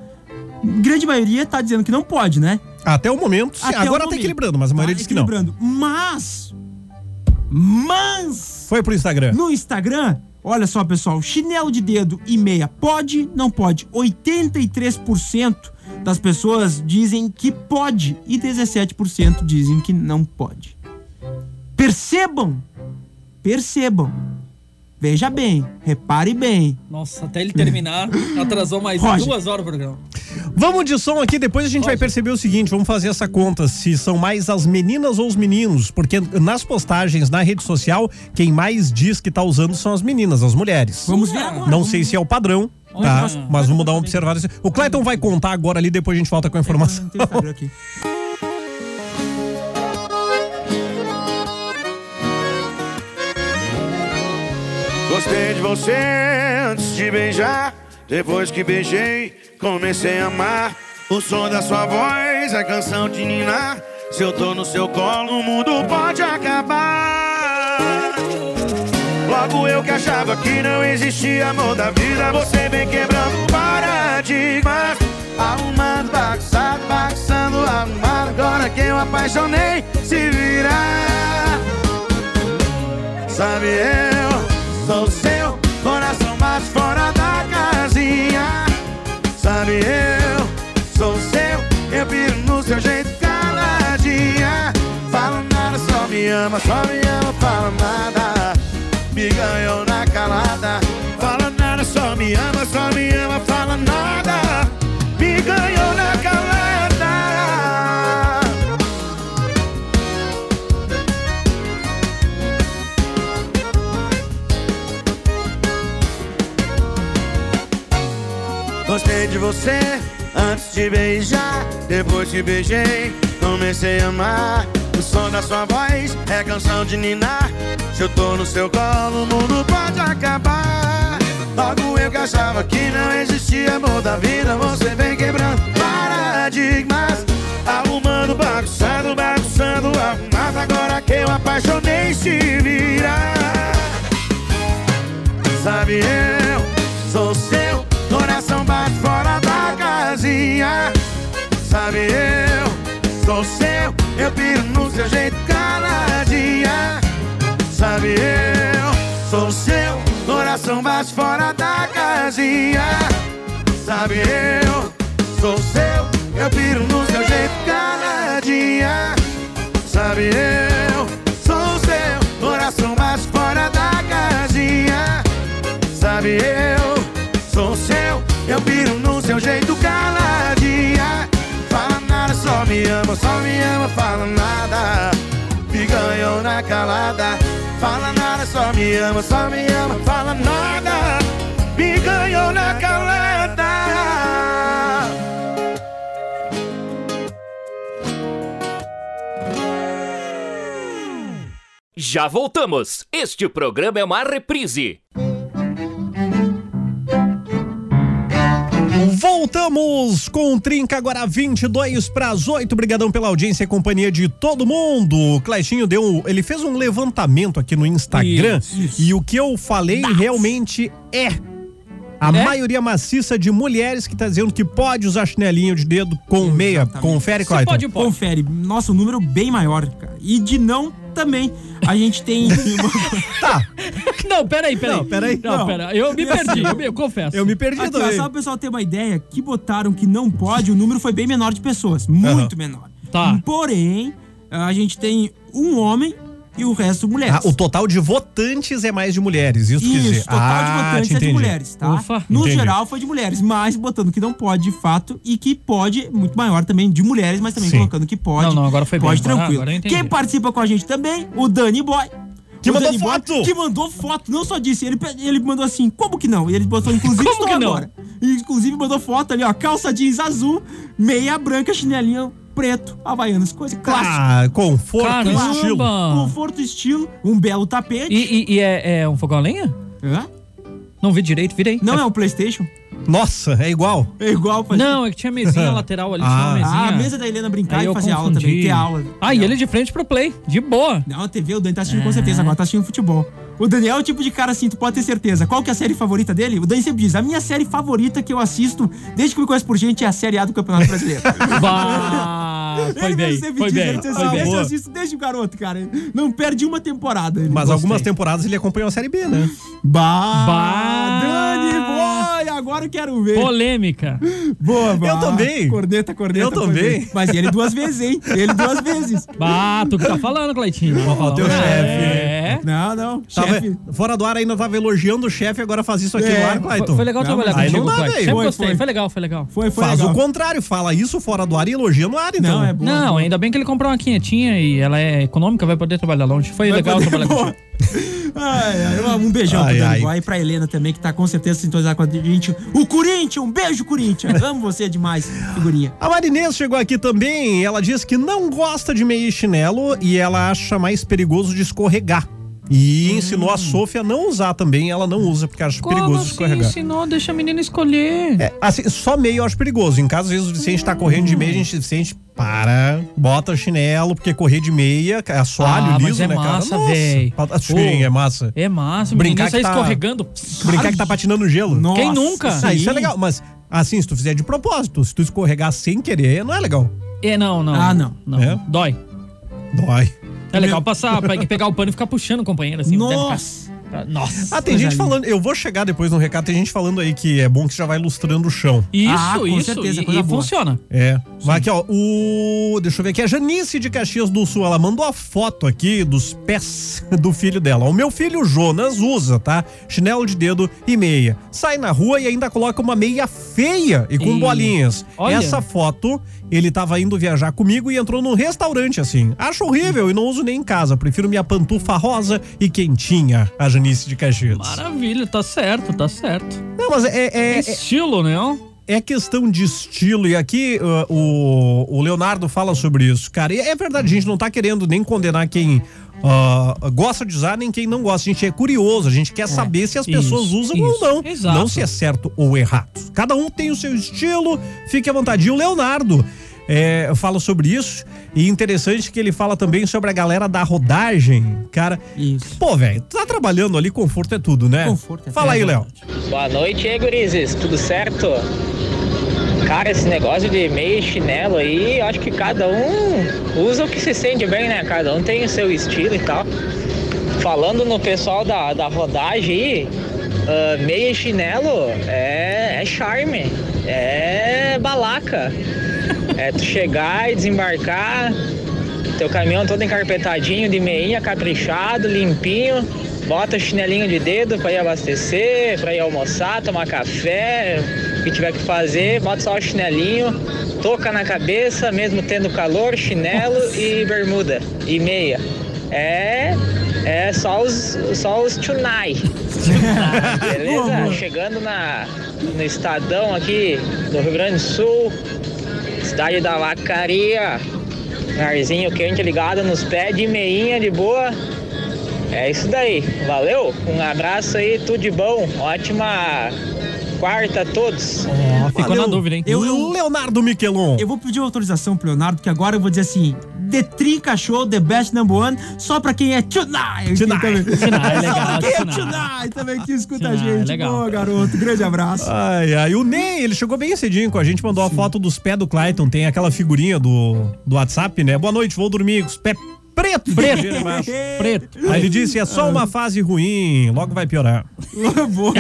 S5: grande maioria tá dizendo que não pode, né?
S3: Até o momento, sim.
S5: Até o
S3: agora tá
S5: momento.
S3: equilibrando, mas a maioria
S5: Tá
S3: diz que não.
S5: equilibrando. Mas. Mas.
S3: Foi pro Instagram.
S5: No Instagram, olha só, pessoal, chinelo de dedo e meia pode, não pode. 83% das pessoas dizem que pode e 17% dizem que não pode. Percebam, percebam. Veja bem, repare bem.
S4: Nossa, até ele terminar, atrasou mais
S5: Roger.
S4: duas horas o programa.
S3: Vamos de som aqui, depois a gente vai perceber o seguinte, vamos fazer essa conta, se são mais as meninas ou os meninos, porque nas postagens na rede social, quem mais diz que tá usando são as meninas, as mulheres.
S5: Vamos ver agora.
S3: Não sei se é o padrão, tá?
S5: Olha.
S3: Mas vamos dar uma observada. O Clayton vai contar agora ali, depois a gente volta com a informação.
S5: Não tem um Instagram aqui.
S10: Gostei de você antes de beijar. Depois que beijei, comecei a amar. O som da sua voz é canção de ninar. Se eu tô no seu colo, o mundo pode acabar. Logo eu que achava que não existia amor da vida Você vem quebrando paradigmas Arrumando, bagunçado, bagunçando, arrumado Agora que eu apaixonei, se virar Sabe eu, sou seu Coração mais fora da casinha Sabe eu, sou seu Eu piro no seu jeito caladinha Fala nada, só me ama, só me ama, fala nada Me ganhou na calada Fala nada, só me ama, só me ama, fala nada Me ganhou na calada Gostei de você antes de beijar, depois te beijei, comecei a amar. O som da sua voz é canção de ninar. Se eu tô no seu colo, o mundo pode acabar. Logo eu que achava que não existia amor da vida, você vem quebrando paradigmas. Arrumando, bagunçando, bagunçando, arrumado. Agora que eu apaixonei, se virar. Sabe eu seu jeito caladinha. Sabe, eu sou seu coração bate fora da casinha. Sabe, eu sou seu, eu piro no seu jeito caladinha. Sabe, eu sou seu coração bate fora da casinha. Sabe, eu sou seu, eu piro no seu jeito caladinha. Fala nada, só me ama, só me ama, fala nada. Me ganhou na calada. Fala nada, só me ama, só me ama, fala nada. Me ganhou na calada.
S1: Já voltamos. Este programa é uma reprise.
S3: Voltamos com o Trinca agora 22 para as 8. Obrigadão pela audiência e companhia de todo mundo. O Claitinho deu, um- ele fez um levantamento aqui no Instagram e o que eu falei realmente é a
S5: É?
S3: maioria maciça de mulheres que tá dizendo que pode usar chinelinho de dedo com meia. Confere, Clayton.
S5: Confere. Nossa, um número bem maior, cara. E de não também. A gente tem.
S3: tá.
S4: Não, peraí, peraí.
S5: Não, peraí.
S4: Não,
S5: Não.
S4: pera. Eu me
S5: E assim,
S4: perdi, eu, me- eu confesso.
S5: Eu me perdi Aqui, ó,
S3: Ah,
S5: Só pro pessoal ter uma ideia, que botaram que não pode, o número foi bem menor de pessoas. Muito menor. Tá. Porém, a gente tem um homem e o resto mulheres.
S3: Ah, o total de votantes é mais de mulheres, isso, quer dizer.
S5: Isso, total
S3: Ah,
S5: de votantes
S3: te
S5: é de
S3: entendi.
S5: mulheres, tá? no
S3: Entendi.
S5: geral foi de mulheres, mas botando que não pode de fato e que pode, muito maior também, de mulheres, mas também
S4: Sim.
S5: colocando que pode.
S4: Não, não, agora foi bem,
S5: Pode
S4: agora-
S5: tranquilo.
S4: agora eu entendi.
S5: Quem participa com a gente também, o Dani Boy.
S3: Que
S5: O
S3: mandou
S5: Dani Boy,
S3: foto.
S5: que mandou foto, não só disse, ele, pe- ele mandou assim, como que não? E ele botou inclusive
S4: Como
S5: estou
S4: que não?
S5: agora. E, inclusive mandou foto ali, ó, calça jeans azul, meia branca, chinelinho preto, havaianas, coisa clássica.
S3: Ah, conforto,
S5: Claro.
S3: estilo.
S4: Ah.
S5: Conforto, estilo, um belo tapete.
S4: E, e- e é, é um fogão a lenha?
S5: Hã?
S4: Não vi direito, virei.
S5: Não é o PlayStation?
S3: Nossa, é igual.
S5: É igual, falei.
S4: Não, é que tinha mesinha lateral ali, tinha
S5: Ah.
S4: uma mesinha.
S5: Ah, a mesa da Helena brincar
S4: Aí
S5: e
S4: eu
S5: fazer aula
S4: confundi.
S5: também, ter aula.
S4: Ah, e ele É. de frente pro play, de boa.
S5: Não, a TV, o Dani tá assistindo com certeza, agora tá assistindo futebol. O Daniel é o tipo de cara assim, tu pode ter certeza. Qual que é a série favorita dele? O Dani sempre diz, a minha série favorita que eu assisto desde que me conheço por gente é a Série A do Campeonato Brasileiro.
S4: Bah, foi
S5: ele mesmo
S4: bem,
S5: sempre
S4: foi
S5: diz,
S4: bem,
S5: ele diz
S4: foi
S5: assim,
S4: bem.
S5: "Essa eu assisto desde o garoto, cara. Não perde uma temporada. Ele
S3: Mas
S5: gosta.
S3: algumas temporadas ele acompanhou a Série B, né?
S5: Hum, Bah,
S4: Bah.
S5: Dani, boy, agora eu quero ver.
S4: Polêmica.
S5: Boa, bah.
S3: Eu também.
S5: Corneta, corneta.
S3: Eu também.
S5: corneta. Mas ele duas vezes, hein? Ele duas vezes.
S4: Bah, tu que tá falando, Cleitinho.
S3: Ó, o teu
S4: É.
S5: Não, não.
S3: Tava-
S5: Chefe,
S3: fora do ar ainda tava elogiando o chefe, agora faz isso aqui
S5: É,
S3: no ar,
S4: Foi,
S3: Clayton.
S4: foi legal
S5: Não,
S4: trabalhar
S5: mas aí
S4: contigo,
S3: não dá,
S4: Cleitinho.
S3: velho.
S4: Sempre
S5: Foi,
S4: gostei,
S5: foi.
S4: foi. legal, foi legal.
S5: Foi, foi
S3: Faz
S5: legal.
S3: o contrário, fala isso fora do ar e elogia no ar, então.
S5: Não, é bom.
S4: não, ainda bem que ele comprou uma quinhetinha e ela é econômica, vai poder trabalhar longe. Foi
S5: Vai
S4: legal
S5: poder-
S4: trabalhar
S5: Boa.
S4: contigo.
S5: Ai, ai, um beijão
S3: Ai,
S5: pro Dani
S3: ai.
S5: Boy e pra Helena também, que tá com certeza sintonizada com a gente. O Corinthians, um beijo, Corinthians. Amo você demais, figurinha.
S3: A Marinês chegou aqui também, ela diz que não gosta de meia e chinelo e ela acha mais perigoso de escorregar. E ensinou
S5: Hum.
S3: a Sofia a não usar também, ela não usa, porque
S5: É
S3: acha perigoso
S5: assim,
S3: escorregar.
S4: ensinou? assim? Deixa a menina escolher.
S3: É, assim, só meia eu acho perigoso. Em casa, às vezes, o Vicente tá correndo de meia, a gente, Vicente, para, bota chinelo, porque correr de meia, é assoalho
S4: Ah, mas
S3: liso,
S4: é
S3: né,
S4: massa,
S3: cara? Nossa,
S4: véi.
S3: pata- Sim,
S4: Pô.
S3: é massa.
S4: É massa,
S3: Brincar
S4: menina sai
S3: que tá-
S4: escorregando.
S3: Brincar que tá patinando gelo.
S5: Nossa,
S4: Quem nunca?
S3: Ah, isso é
S5: sim.
S3: legal, mas assim, se tu fizer de propósito, se tu escorregar sem querer, não é legal.
S4: É, não, não.
S5: Ah, não.
S4: Não,
S3: É?
S4: dói.
S3: Dói.
S4: É legal passar, pe- pegar o pano e ficar puxando o companheiro assim.
S5: Nossa.
S4: deve ficar- Nossa.
S3: Ah, tem
S5: Coisa
S4: é.
S3: gente
S5: linda.
S3: falando, eu vou chegar depois no recado, tem gente falando aí que é bom que já vai ilustrando o chão.
S4: Isso,
S5: Ah, com
S4: isso.
S5: certeza,
S4: e
S5: coisa
S4: e
S5: boa.
S4: funciona.
S3: É. Mas aqui, ó, o. Deixa eu ver aqui. A Janice de Caxias do Sul, ela mandou a foto aqui dos pés do filho dela. O meu filho Jonas usa, tá? Chinelo de dedo e meia. Sai na rua e ainda coloca uma meia feia e com
S4: Ih,
S3: bolinhas.
S4: olha.
S3: Essa foto, ele tava indo viajar comigo e entrou num restaurante assim. Acho horrível e não uso nem em casa. Prefiro minha pantufa rosa e quentinha, a Janice de Caxias.
S4: Maravilha, tá certo, tá certo.
S3: Não, mas é- é- é,
S4: Estilo, né?
S3: é questão de estilo, e aqui uh, o, o Leonardo fala sobre isso, cara. E é verdade, a gente não tá querendo nem condenar quem uh, gosta de usar, nem quem não gosta. A gente é curioso, a gente quer saber se as
S4: isso,
S3: pessoas usam ou
S4: isso.
S3: não.
S4: Exato.
S3: Não se é certo ou errado. Cada um tem o seu estilo, fique à vontade. E o Leonardo é, fala sobre isso, e interessante que ele fala também sobre a galera da rodagem, cara.
S5: Isso.
S3: Pô, velho, tu tá trabalhando ali, conforto é tudo, né?
S5: Conforto é
S3: Fala aí,
S5: tudo.
S3: Léo.
S11: Boa noite, aí, gurizes. Tudo certo? Cara, esse negócio de meia e chinelo aí, eu acho que cada um usa o que se sente bem, né? Cada um tem o seu estilo e tal. Falando no pessoal da, da rodagem aí, ah, meia e chinelo é, é charme, é balaca. É tu chegar e desembarcar, teu caminhão todo encarpetadinho de meinha, caprichado, limpinho. Bota chinelinho de dedo pra ir abastecer, pra ir almoçar, tomar café, o que tiver que fazer, bota só o chinelinho, toca na cabeça, mesmo tendo calor, chinelo e bermuda e meia. É, é só os, só os tchunai. Beleza? Chegando na, no Estadão aqui do Rio Grande do Sul, cidade da Vacaria. Narzinho quente ligado nos pés de meinha de boa. É isso daí. Valeu, um abraço aí, tudo de bom. Ótima quarta a todos.
S4: ficou na dúvida, hein?
S5: É, Eu,
S3: Hum, Leonardo Miquelon.
S5: Eu vou pedir autorização pro Leonardo, porque agora eu vou dizer assim: The Trinca Show, The Best Number One, só pra quem é Tonight.
S3: Tonight. Tonight,
S5: Só pra
S3: legal,
S5: quem é
S3: Tonight.
S5: Tonight também que escuta a gente. Boa, garoto. Grande abraço.
S3: Ai, ai. O Ney, ele chegou bem cedinho com a gente, mandou a foto dos pés do Clayton. Tem aquela figurinha do, do WhatsApp, né? Boa noite, vou dormir com os pés preto.
S4: Preto.
S3: preto. Aí ele disse, é
S5: Ah.
S3: só uma fase ruim, logo vai piorar.
S5: boa.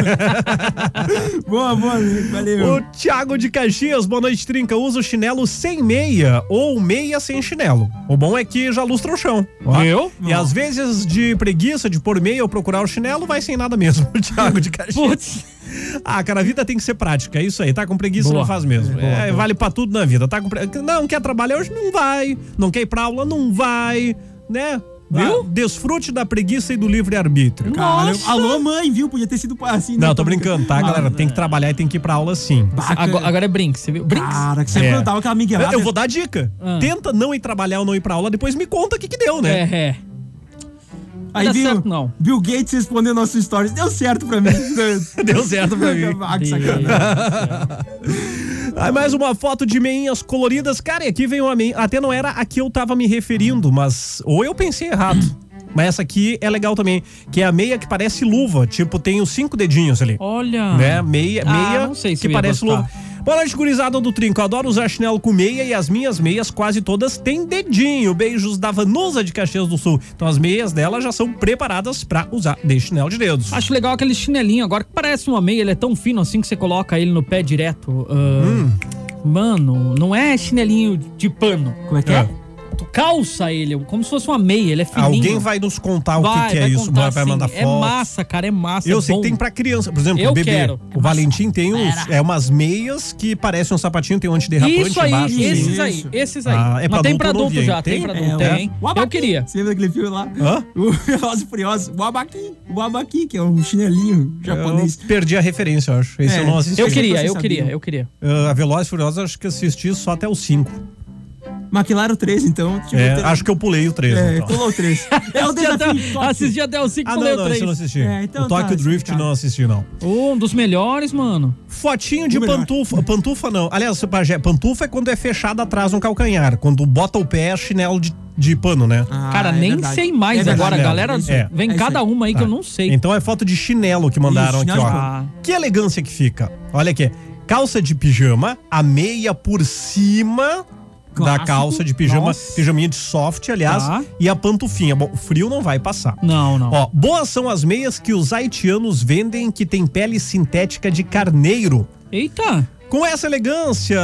S5: boa, boa, valeu.
S3: O Thiago de Caxias, boa noite, Trinca. Usa o chinelo sem meia ou meia sem chinelo. O bom é que já lustra o chão. ó.
S4: Viu?
S3: E às vezes, de preguiça de pôr meia ou procurar o chinelo, vai sem nada mesmo. O Thiago de Caxias. Ah, cara, a vida tem que ser prática, é isso aí. Tá com preguiça,
S4: Boa.
S3: não faz mesmo.
S4: Boa,
S3: É,
S4: boa.
S3: Vale pra tudo na vida. Tá com pre... Não quer trabalhar hoje? Não vai. Não quer ir pra aula? Não vai. Né? Viu? desfrute da preguiça e do livre-arbítrio.
S5: Caralho. Alô, mãe, viu? Podia ter sido assim. né?
S3: Não, tô brincando, tá, galera? Tem que trabalhar e tem que ir pra aula sim.
S4: Agora, agora é Brinks, você viu? Brinks?
S5: Cara, que você
S3: É.
S5: plantava aquela
S3: Eu,
S5: miguelada.
S3: eu vou dar dica.
S4: Ah.
S3: Tenta não ir trabalhar ou não ir pra aula, depois me conta o que que deu,
S4: É,
S3: né?
S4: é.
S5: Aí
S4: dá
S5: viu?
S4: certo, não.
S5: Bill Gates respondendo nossos stories. Deu certo pra mim.
S3: Deu certo pra mim.
S5: ah, que sacanagem.
S3: Aí mais uma foto de meinhas coloridas. Cara, e aqui vem uma meinha. Até não era a que eu tava me referindo, mas. Ou eu pensei errado. Mas essa aqui é legal também, que é a meia que parece luva. Tipo, tem os cinco dedinhos ali.
S4: Olha.
S3: Né? Meia,
S4: Ah,
S3: meia
S4: não sei se
S3: que
S4: eu ia
S3: parece
S4: gostar.
S3: luva. Boa noite, gurizada do Trinco. Adoro usar chinelo com meia e as minhas meias quase todas têm dedinho. Beijos da Vanusa de Caxias do Sul. Então as meias dela já são preparadas pra usar de chinelo de dedos.
S4: Acho legal aquele chinelinho agora que parece uma meia, ele é tão fino assim que você coloca ele no pé direto. Ah,
S3: Hum.
S4: Mano, não é chinelinho de pano.
S5: Como é que é?
S4: Tu calça ele, como se fosse uma meia, ele é fininho.
S3: Alguém vai nos contar o que, que é
S4: vai
S3: isso,
S4: contar
S3: vai, vai
S4: assim.
S3: mandar
S4: É
S3: foto.
S4: massa, cara, é massa.
S3: Eu
S4: é
S3: sei
S4: bom.
S3: que tem pra criança, por exemplo,
S4: Eu
S3: o bebê.
S4: quero.
S3: O Valentim tem uns, é umas meias que parecem um sapatinho, tem um antiderrapante
S4: Isso aí,
S3: embaixo. assim.
S4: esses aí, esses aí.
S3: Ah, é
S4: Mas
S3: pra
S4: tem
S3: adulto
S4: pra
S3: eu não
S4: adulto
S3: vi,
S4: já,
S3: hein?
S4: tem,
S3: Tem?
S4: pra
S5: É,
S4: adulto, tem.
S5: o
S4: Eu
S5: Abaquim.
S4: queria.
S5: Você lembra daquele filme lá?
S3: Hã?
S5: O Velozes e Furiosos. O Abaquim. O Abaquim, que é um chinelinho japonês.
S3: Eu perdi a referência, eu acho. Esse
S5: É,
S3: eu não assisti.
S4: Eu
S5: Vocês
S4: queria, eu
S5: sabiam.
S4: queria, eu queria.
S3: Ah, a Veloz e Furiosa, acho que assisti só até o 5.
S5: Maquilaram o 3, então. tipo,
S3: É,
S5: tem-
S3: acho que eu pulei o 3.
S5: É,
S3: então.
S5: pulou o 3. É o
S4: Assisti até-
S5: desafio de Tóquio.
S4: Assisti até o 5
S3: Ah, não, não, esse eu não
S4: 3.
S3: assisti.
S5: É, então
S3: o Tokyo
S5: tá
S3: Drift
S5: explicado.
S3: não assisti, não.
S4: Um dos melhores, mano.
S3: Fotinho de
S5: O melhor.
S3: pantufa. Pantufa não. Aliás, seu pajé, pantufa é quando é fechado atrás no calcanhar. Quando bota o pé, é chinelo de, de pano, né?
S5: Ah,
S4: Cara,
S5: é
S4: nem
S5: verdade.
S4: sei
S5: É
S4: mais
S5: verdade,
S4: agora,
S5: é verdade.
S4: galera.
S5: Isso,
S3: é.
S4: Vem
S5: isso
S4: cada
S5: aí.
S4: uma aí que
S3: Tá.
S4: eu não sei. Ah,
S3: Então é foto de chinelo que mandaram aqui,
S5: Isso, chinelo
S3: ó.
S5: de
S4: pano.
S3: Que elegância que fica. Olha aqui. Calça de pijama, a meia por cima da
S5: Clássico.
S3: calça de pijama,
S4: Nossa.
S3: pijaminha de soft, aliás,
S4: Tá.
S3: e a pantufinha. Bom, o frio não vai passar.
S4: Não, não.
S3: Ó, boas são as meias que os haitianos vendem que tem pele sintética de carneiro.
S4: Eita!
S3: Com essa elegância,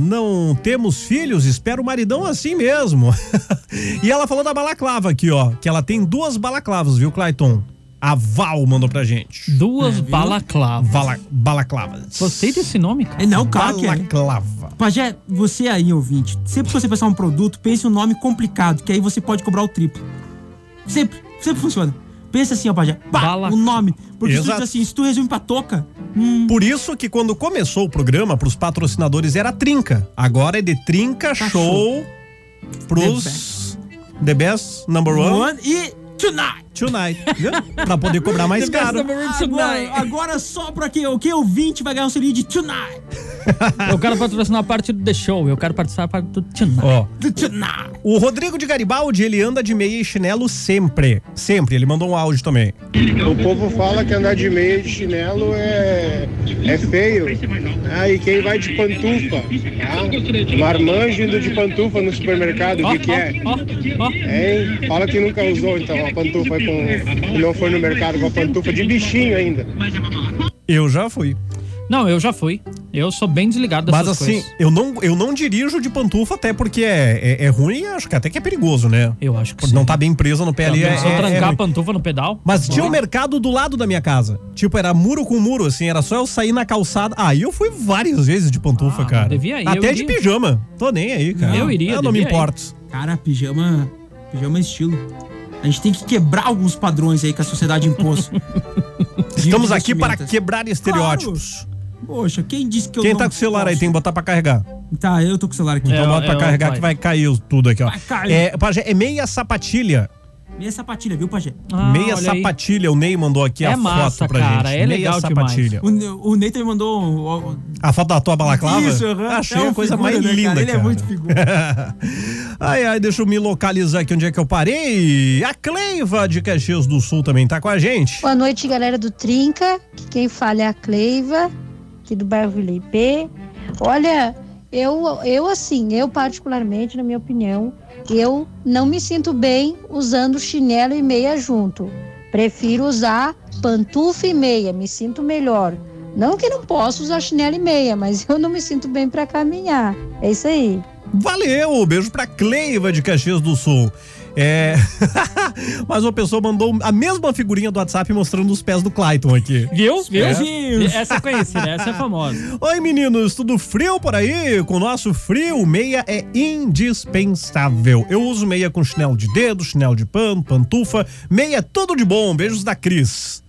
S3: não temos filhos, espero o maridão assim mesmo. e ela falou da balaclava aqui, ó, que ela tem duas balaclavas, viu, Clayton? A Val mandou pra gente.
S4: Duas balaclavas.
S3: Vala, balaclavas.
S4: Gostei desse nome, cara.
S5: É, não, claro que é.
S3: Balaclava.
S5: Pajé, você aí, ouvinte, sempre que você pensar um produto, pense um nome complicado, que aí você pode cobrar o triplo. Sempre, sempre funciona. Pensa assim, ó, Pajé. Pá,
S4: Bala-
S5: o nome. Porque se tu
S3: Exato.
S5: diz assim, se tu resume pra toca, hum,
S3: Por isso que quando começou o programa, pros patrocinadores era Trinca. Agora é de Trinca
S5: Tá
S3: Show pros The Best, Number One,
S5: one e tonight.
S3: Tonight. viu? pra poder cobrar mais
S4: The Best
S3: caro.
S4: Number One
S5: Agora,
S4: Tonight.
S5: agora só pra quem, quem ouvinte vai ganhar um selinho de tonight.
S4: Eu quero patrocinar a parte do The Show. Eu quero participar da parte do Tiná.
S3: Ó. O Rodrigo de Garibaldi, ele anda de meia e chinelo sempre. Sempre. Ele mandou um áudio também.
S12: O povo fala que andar de meia e de chinelo é, é feio. Ah, e quem vai de pantufa? Ah, marmanjo indo de pantufa no supermercado, o que, que é? Hein? Fala que nunca usou então a pantufa com. que não foi no mercado com a pantufa de bichinho ainda.
S3: Eu já fui.
S4: Não, eu já fui. Eu sou bem desligado
S3: Mas
S4: dessas
S3: assim,
S4: coisas.
S3: eu não, eu não dirijo de pantufa, até porque é, é, é ruim e acho que até que é perigoso, né?
S4: Eu acho que
S3: sim. Não tá bem preso no pé ali.
S4: Também,
S3: É,
S4: se eu
S3: é,
S4: trancar
S3: é
S4: a
S3: ruim.
S4: pantufa no pedal.
S3: Mas tinha um
S4: Bora.
S3: mercado do lado da minha casa. Tipo, era muro com muro, assim, era só eu sair na calçada. Ah, e eu fui várias vezes de pantufa, cara.
S5: devia ir, eu
S3: Até de
S5: iria.
S3: pijama. Tô nem aí, cara. Eu não me importo.
S5: Cara, pijama. Pijama é estilo. A gente tem que quebrar alguns padrões aí que a sociedade impôs.
S3: Estamos aqui para quebrar estereótipos.
S5: Poxa, quem disse que eu
S3: Quem
S5: não
S3: tá com o celular aí
S5: posso?
S3: tem que botar pra carregar.
S5: Tá, eu tô com o celular aqui.
S3: Então
S5: É,
S3: bota pra
S5: é,
S3: carregar
S5: vai.
S3: que vai cair os- tudo aqui, ó.
S5: cair.
S3: É, Pajé, é meia sapatilha.
S5: Meia sapatilha, viu, Pajé?
S4: Ah,
S3: meia sapatilha, o Ney mandou aqui
S5: É
S3: a foto pra gente. meia sapatilha.
S5: O, Ne- o Ney também mandou. um- um-
S3: A foto da tua balaclava?
S5: Isso, aham.
S3: Achei
S5: É um
S3: a coisa
S5: figura,
S3: mais
S5: né, cara?
S3: linda,
S5: Ele é muito
S3: figura. ai, ai, deixa eu me localizar aqui onde é que eu parei. A Cleiva de Caxias do Sul também tá com a gente.
S13: Boa noite, galera do Trinca. Que Quem fala é a Cleiva, aqui do bairro Vila IP. Olha, eu, eu assim, eu particularmente, na minha opinião, eu não me sinto bem usando chinelo e meia junto. Prefiro usar pantufa e meia, me sinto melhor. Não que não possa usar chinelo e meia, mas eu não me sinto bem para caminhar. É isso aí.
S3: Valeu, beijo pra Cleiva de Caxias do Sul. É. Mas uma pessoa mandou a mesma figurinha do WhatsApp mostrando os pés do Clayton aqui.
S4: Viu? Viu?
S3: É.
S5: assim,
S4: Essa eu conheci, né? Essa é famosa.
S3: Oi, meninos, tudo frio por aí? Com o nosso frio, meia é indispensável. Eu uso meia com chinelo de dedo, chinelo de pano, pantufa. Meia é tudo de bom. Beijos da Cris.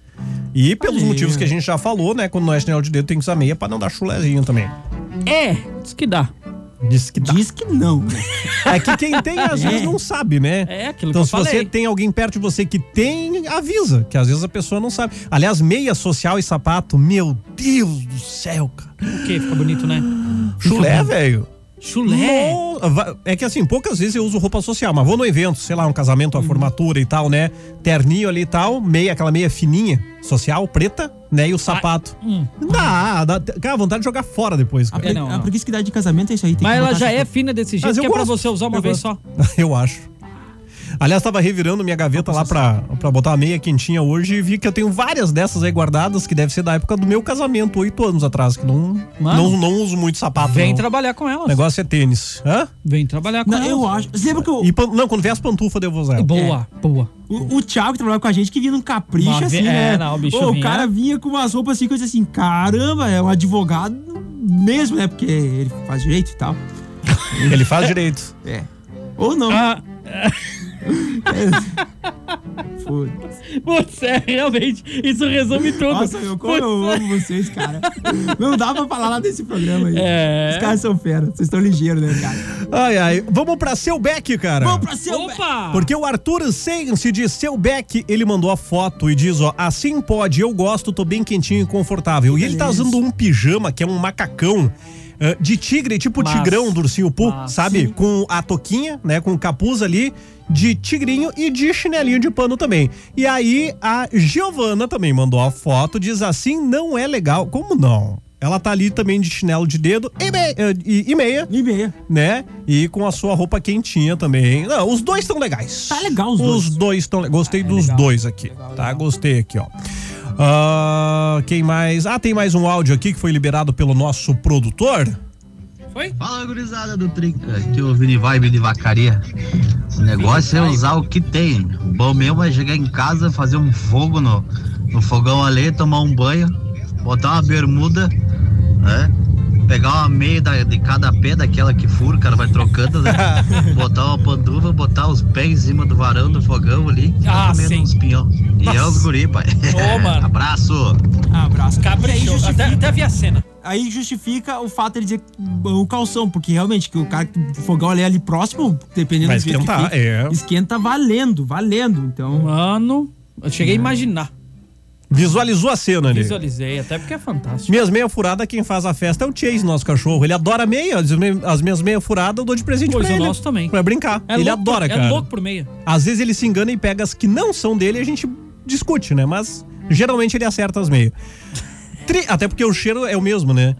S3: E pelos motivos que a gente já falou, né? Quando não é chinelo de dedo, tem que usar meia pra não dar chulezinho também.
S4: É, diz que dá.
S3: Diz que dá.
S5: Diz que não.
S3: É que quem tem, às
S4: É.
S3: vezes, não sabe, né?
S4: É aquilo
S3: então,
S4: que eu
S3: se você
S4: falei.
S3: tem alguém perto de você que tem, avisa, que às vezes a pessoa não sabe. Aliás, meia social e sapato, meu Deus do céu, cara.
S4: O quê? Fica bonito, né?
S3: Chulé, velho.
S4: Chulé?
S3: No- va- É que assim, poucas vezes eu uso roupa social, mas vou no evento, sei lá, um casamento,
S4: Uhum.
S3: uma formatura e tal, né? Terninho ali e tal, meia, aquela meia fininha, social, preta, né?
S4: Ah,
S3: E o sapato.
S4: hum.
S3: Dá, dá, cara, vontade de jogar fora depois, cara.
S4: É, não, não.
S5: A preguiça que dá de casamento é isso aí. Tem
S4: Mas
S5: que
S4: ela
S5: botar
S4: já
S5: essa
S4: é fina desse jeito,
S3: Mas eu
S4: que é pra
S3: gosto.
S4: você usar uma
S3: Eu
S4: vez
S3: gosto.
S4: só.
S3: Eu acho. Aliás, tava revirando minha gaveta lá pra, pra botar a meia quentinha hoje e vi que eu tenho várias dessas aí guardadas, que deve ser da época do meu casamento, oito anos atrás, que não,
S4: Mano.
S3: não, não uso muito sapato.
S4: Vem
S3: não.
S4: trabalhar com elas.
S3: O negócio é tênis. Hã?
S4: Vem trabalhar com
S5: Não,
S4: elas.
S5: eu acho. Você lembra que eu.
S3: E pan- Não, quando vier as pantufas, eu vou usar. ela.
S4: Boa, boa.
S5: O, o Thiago que trabalhava com a gente que vinha num capricho
S4: Uma ve-
S5: assim, né?
S4: é, não, o bicho
S5: Pô,
S4: vinha-
S5: cara vinha com umas roupas assim, que eu disse assim, caramba, é um advogado mesmo, né? Porque ele faz direito e tal.
S3: Ele faz direito.
S5: É. Ou não.
S4: Ah.
S5: É.
S4: Você é realmente. Isso resume tudo.
S5: Nossa, eu, como eu amo vocês, cara. Não dá pra falar lá desse programa aí.
S4: É.
S5: Os caras são fera. Vocês estão ligeiros, né, cara?
S3: Ai, ai. Vamos pra seu Beck, cara.
S5: Vamos pra
S4: é
S5: seu...
S4: Opa!
S3: Porque o Arthur Sense de seu Beck, ele mandou a foto e diz, ó, assim pode, eu gosto, tô bem quentinho e confortável. E ele tá usando um pijama, que é um macacão. eh, De tigre, tipo
S4: Mas-
S3: tigrão do ursinho Poo,
S4: mas-
S3: sabe? Com a toquinha, né? Com o capuz ali, de tigrinho e de chinelinho de pano também. E aí, a Giovana também mandou a foto, diz assim: não é legal. Como não? Ela tá ali também de chinelo de dedo e meia. eh, E, e meia.
S5: E meia.
S3: Né? E com a sua roupa quentinha também. Não, os dois estão legais.
S5: Tá legal os dois.
S3: Os dois estão. Gostei dos dois aqui. tá, gostei aqui, ó. Ah, quem mais? Ah, tem mais um áudio aqui que foi liberado pelo nosso produtor.
S14: Fala, gurizada do Trinca. Aqui é o Vini Vibe de Vacaria. O negócio é usar o que tem. O bom mesmo é chegar em casa, fazer um fogo no, no fogão ali, tomar um banho, botar uma bermuda, né? Pegar uma meia da- de cada pé, daquela que fura, o cara vai trocando, né? botar uma panduva, botar os pés em cima do varão do fogão ali, ficar
S4: Ah,
S14: comendo
S4: sim.
S14: uns pinhão. E é os
S4: Nossa.
S14: guri, pai.
S4: Ô, mano.
S14: Abraço!
S5: Abraço.
S4: Capricho. Até, até vi a cena.
S5: Aí justifica o fato de ele dizer o calção, porque realmente que o cara que o fogão ali, ali próximo, dependendo
S3: Vai
S5: do jeito
S3: esquentar,
S5: que fica,
S3: é.
S5: esquenta valendo, valendo. Então,
S4: Mano, eu cheguei a imaginar.
S3: Visualizou a cena ali.
S4: Visualizei, até porque é fantástico.
S3: Minhas meia furada, quem faz a festa é o Chase, nosso cachorro. Ele adora meia. As me- as minhas meia furada eu dou de presente
S4: Pois
S3: pra
S4: o
S3: ele.
S4: nosso também.
S3: Pra brincar.
S4: É
S3: ele
S4: louco-
S3: adora,
S4: é
S3: cara.
S4: louco por meia.
S3: Às vezes ele se engana e pega as que não são dele e a gente discute, né? Mas geralmente ele acerta as meias. Tri- Até porque o cheiro é o mesmo, né?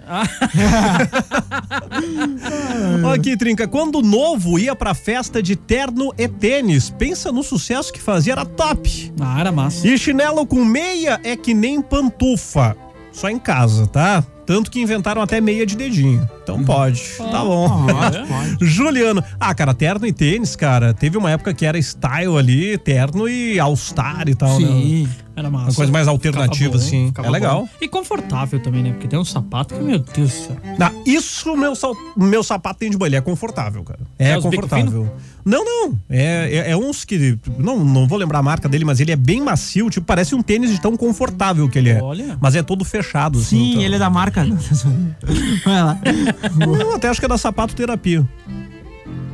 S3: Aqui, Trinca, quando o novo ia pra festa de terno e tênis, pensa no sucesso que fazia, era top.
S4: Ah, era massa.
S3: E chinelo com meia é que nem pantufa. Só em casa, tá? Tanto que inventaram até meia de dedinho. Então pode. Tá
S4: Uhum.
S3: bom.
S4: É?
S3: Juliano. Ah, cara, terno e tênis, cara. Teve uma época que era style ali, terno e all-star e tal,
S4: Sim.
S3: né?
S4: Era massa.
S3: Uma coisa mais alternativa,
S4: Ficava bom,
S3: assim.
S4: ficava
S3: É legal.
S4: bom. E confortável também, né? Porque tem um sapato que, meu Deus do céu.
S3: Ah, isso meu, sal- meu sapato tem de bolha. É confortável, cara. É,
S4: É os bico
S3: confortável. Não, não. É, é- é uns que. Não, não vou lembrar a marca dele, mas ele é bem macio. Tipo, parece um tênis de tão confortável que ele é.
S5: Olha.
S3: Mas é todo fechado.
S5: Sim, ele é da marca. Vai lá.
S3: Eu até acho que é da Sapato Terapia.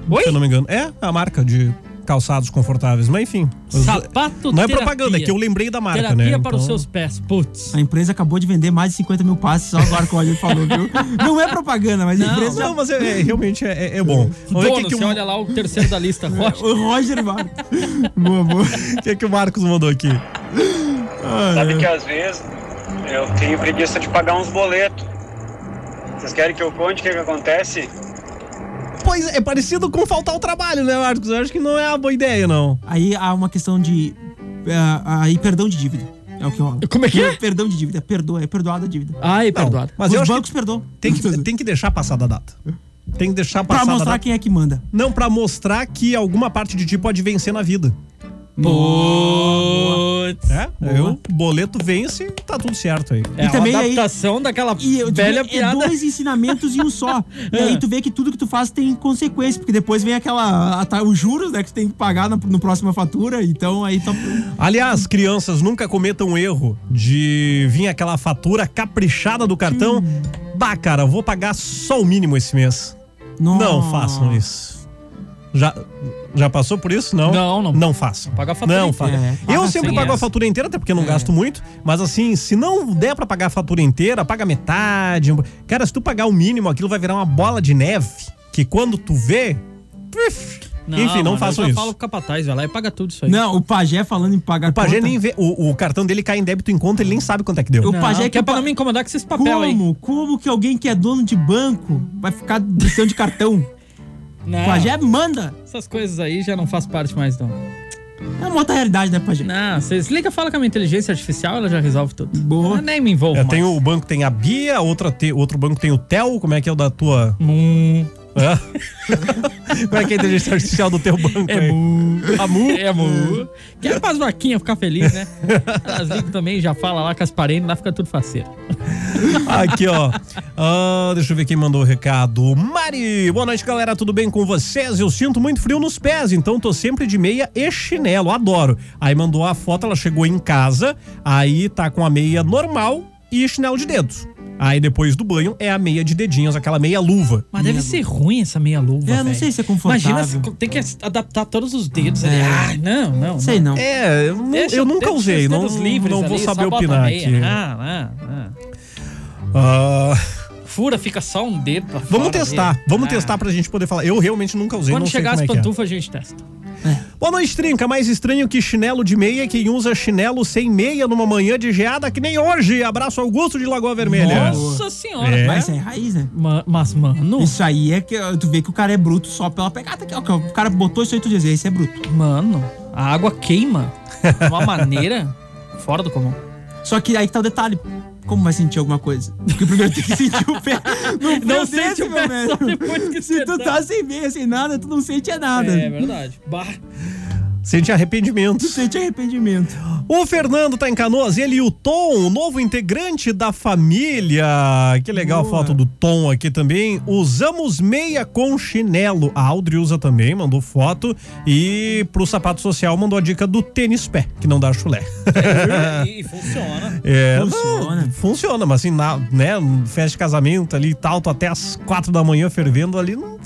S4: Oi?
S3: Se eu não me engano. É a marca de calçados confortáveis. Mas enfim.
S4: Sapato
S3: Não é
S4: terapia.
S3: propaganda, é que eu lembrei da marca,
S4: terapia
S3: né?
S4: para os
S3: Então-
S4: seus pés. Putz.
S5: A empresa acabou de vender mais de 50 mil passes, só agora que o Roger falou, viu? Não é propaganda, mas a
S4: Não,
S5: empresa.
S4: não, mas
S3: é, realmente é, bom.
S4: Dono,
S3: um-
S4: você olha lá o terceiro da lista, Roger.
S5: o Roger, mano.
S3: Boa, boa. O que, é que o Marcos mandou aqui? Ah, é.
S8: Sabe que às vezes eu tenho preguiça de pagar uns boletos. Vocês querem que eu conte o que, que acontece?
S3: Pois é, é parecido com faltar o trabalho, né, Marcos? Eu acho que não é uma boa ideia, não.
S5: Aí há uma questão de. ah, aí perdão de dívida. É o que rola.
S4: Como é que é?
S5: Perdão de dívida. Perdoa. É perdoada a dívida.
S4: Ah, é
S5: perdoado.
S3: Mas
S5: Os
S3: eu acho
S5: bancos
S3: que
S5: perdoam.
S3: Tem que, tem que deixar passada a data. Tem que deixar
S5: Pra
S3: passada a
S5: mostrar
S3: data.
S5: quem é que manda.
S3: Não, pra mostrar que alguma parte de ti pode vencer na vida.
S4: Putz.
S3: É, eu, boleto vence, tá tudo certo aí.
S4: É uma adaptação daquela
S5: E eu te
S4: velha
S5: digo, é
S4: piada.
S5: dois ensinamentos em um só. E
S4: É.
S5: aí tu vê que tudo que tu faz tem consequência, porque depois vem aquela. a ta- os juros, né, que tu tem que pagar na, no próxima fatura. Então aí tu.
S3: Aliás, crianças, nunca cometam o erro de vir aquela fatura caprichada do cartão.
S4: Hum.
S3: Bah, cara, vou pagar só o mínimo esse mês.
S4: Ah.
S3: Não façam isso. Já, já passou por isso? Não. Não, não. Não façam.
S4: Paga a fatura
S3: Não
S4: inteira.
S3: façam.
S4: É, paga
S3: Eu sempre
S4: sem
S3: pago a
S4: essa. É.
S3: fatura inteira, até porque eu não gasto muito. Mas assim, se não der pra pagar a fatura inteira, paga metade. um Cara, se tu pagar o mínimo, aquilo vai virar uma bola de neve. Que quando tu vê. puf. Enfim, não
S4: mano,
S3: façam
S4: eu já
S3: isso.
S4: falo com o capataz, vai lá e paga tudo isso aí.
S5: Não, o pajé falando em pagar
S3: O pajé
S5: conta-
S3: nem vê. O, o cartão dele cai em débito em conta, ele nem sabe quanto é que deu.
S5: O pajé
S4: que é pra não me incomodar com esses papel
S5: como,
S4: aí.
S5: Como que alguém que é dono de banco vai ficar lição de cartão?
S4: Não.
S3: É.
S5: O Pajé manda.
S4: Essas coisas aí já não faz parte mais, não.
S5: É uma outra realidade, né, Pajé?
S4: Não, vocês liga fala com a minha inteligência artificial, ela já resolve tudo.
S5: Boa.
S4: Eu nem me envolvo
S3: É,
S4: mais.
S3: tem o banco tem a Bia, outra te- outro banco tem o Tel, como é que é o da tua?
S4: Hum.
S3: como é que é a inteligência artificial do teu banco
S4: É
S3: aí?
S4: mu.
S3: A mu?
S4: É mu. Quero pras vaquinhas ficar feliz, né? Elas ligam também, já fala lá com as parentes, lá fica tudo faceiro.
S3: Aqui, ó. Ah, deixa eu ver quem mandou o recado. Mari, boa noite, galera. Tudo bem com vocês? Eu sinto muito frio nos pés, então tô sempre de meia e chinelo. Adoro. Aí mandou a foto, ela chegou em casa, aí tá com a meia normal e chinelo de dedos. Aí depois do banho é a meia de dedinhos, aquela meia luva.
S4: Mas deve ser ruim essa meia luva.
S3: É, não
S4: velho.
S3: sei se é confortável.
S4: Imagina, se- É. tem que adaptar todos os dedos ali. Ah, não, não.
S5: Sei não.
S3: É, eu, nu- eu nunca usei, não, não vou saber opinar aqui.
S4: Ah, ah, ah.
S3: Ah,
S4: Fura, fica só um dedo pra fora.
S3: vamos testar,
S4: ali.
S3: vamos
S4: Ah.
S3: testar pra gente poder falar. Eu realmente nunca usei,
S4: Quando
S3: não sei
S4: chegar
S3: como
S4: as
S3: é que é.
S4: pantufas, a gente testa.
S3: Boa noite, Trinca. Mais estranho que chinelo de meia, quem usa chinelo sem meia numa manhã de geada que nem hoje. Abraço Augusto de Lagoa Vermelha.
S4: Nossa senhora.
S3: É.
S5: Mas isso aí é raiz, né?
S4: mas, mano.
S5: Isso aí é que ó, tu vê que o cara é bruto só pela pegada. Que, ó, que o cara botou isso aí e tu diz, esse é bruto.
S4: Mano, a água queima de uma maneira fora do comum.
S5: Só que aí que tá o detalhe. Como vai sentir alguma coisa? Porque primeiro tem que sentir o pé. Não,
S4: Não
S5: sente
S4: sente o pé só depois que
S5: Se tu
S4: acertar.
S5: tá sem meia, sem nada, tu não sente é nada.
S4: É verdade. Bah.
S3: Sente arrependimento.
S5: Sente arrependimento.
S3: O Fernando tá em Canoas, ele e o Tom, o novo integrante da família. Que legal a foto do Tom aqui também. Usamos meia com chinelo. A Audrey usa também, mandou foto. E pro sapato social mandou a dica do tênis pé, que não dá chulé.
S4: E funciona.
S3: É, funciona. funciona, mas assim, na, né, festa de casamento ali e tal, tô até às quatro da manhã fervendo ali, não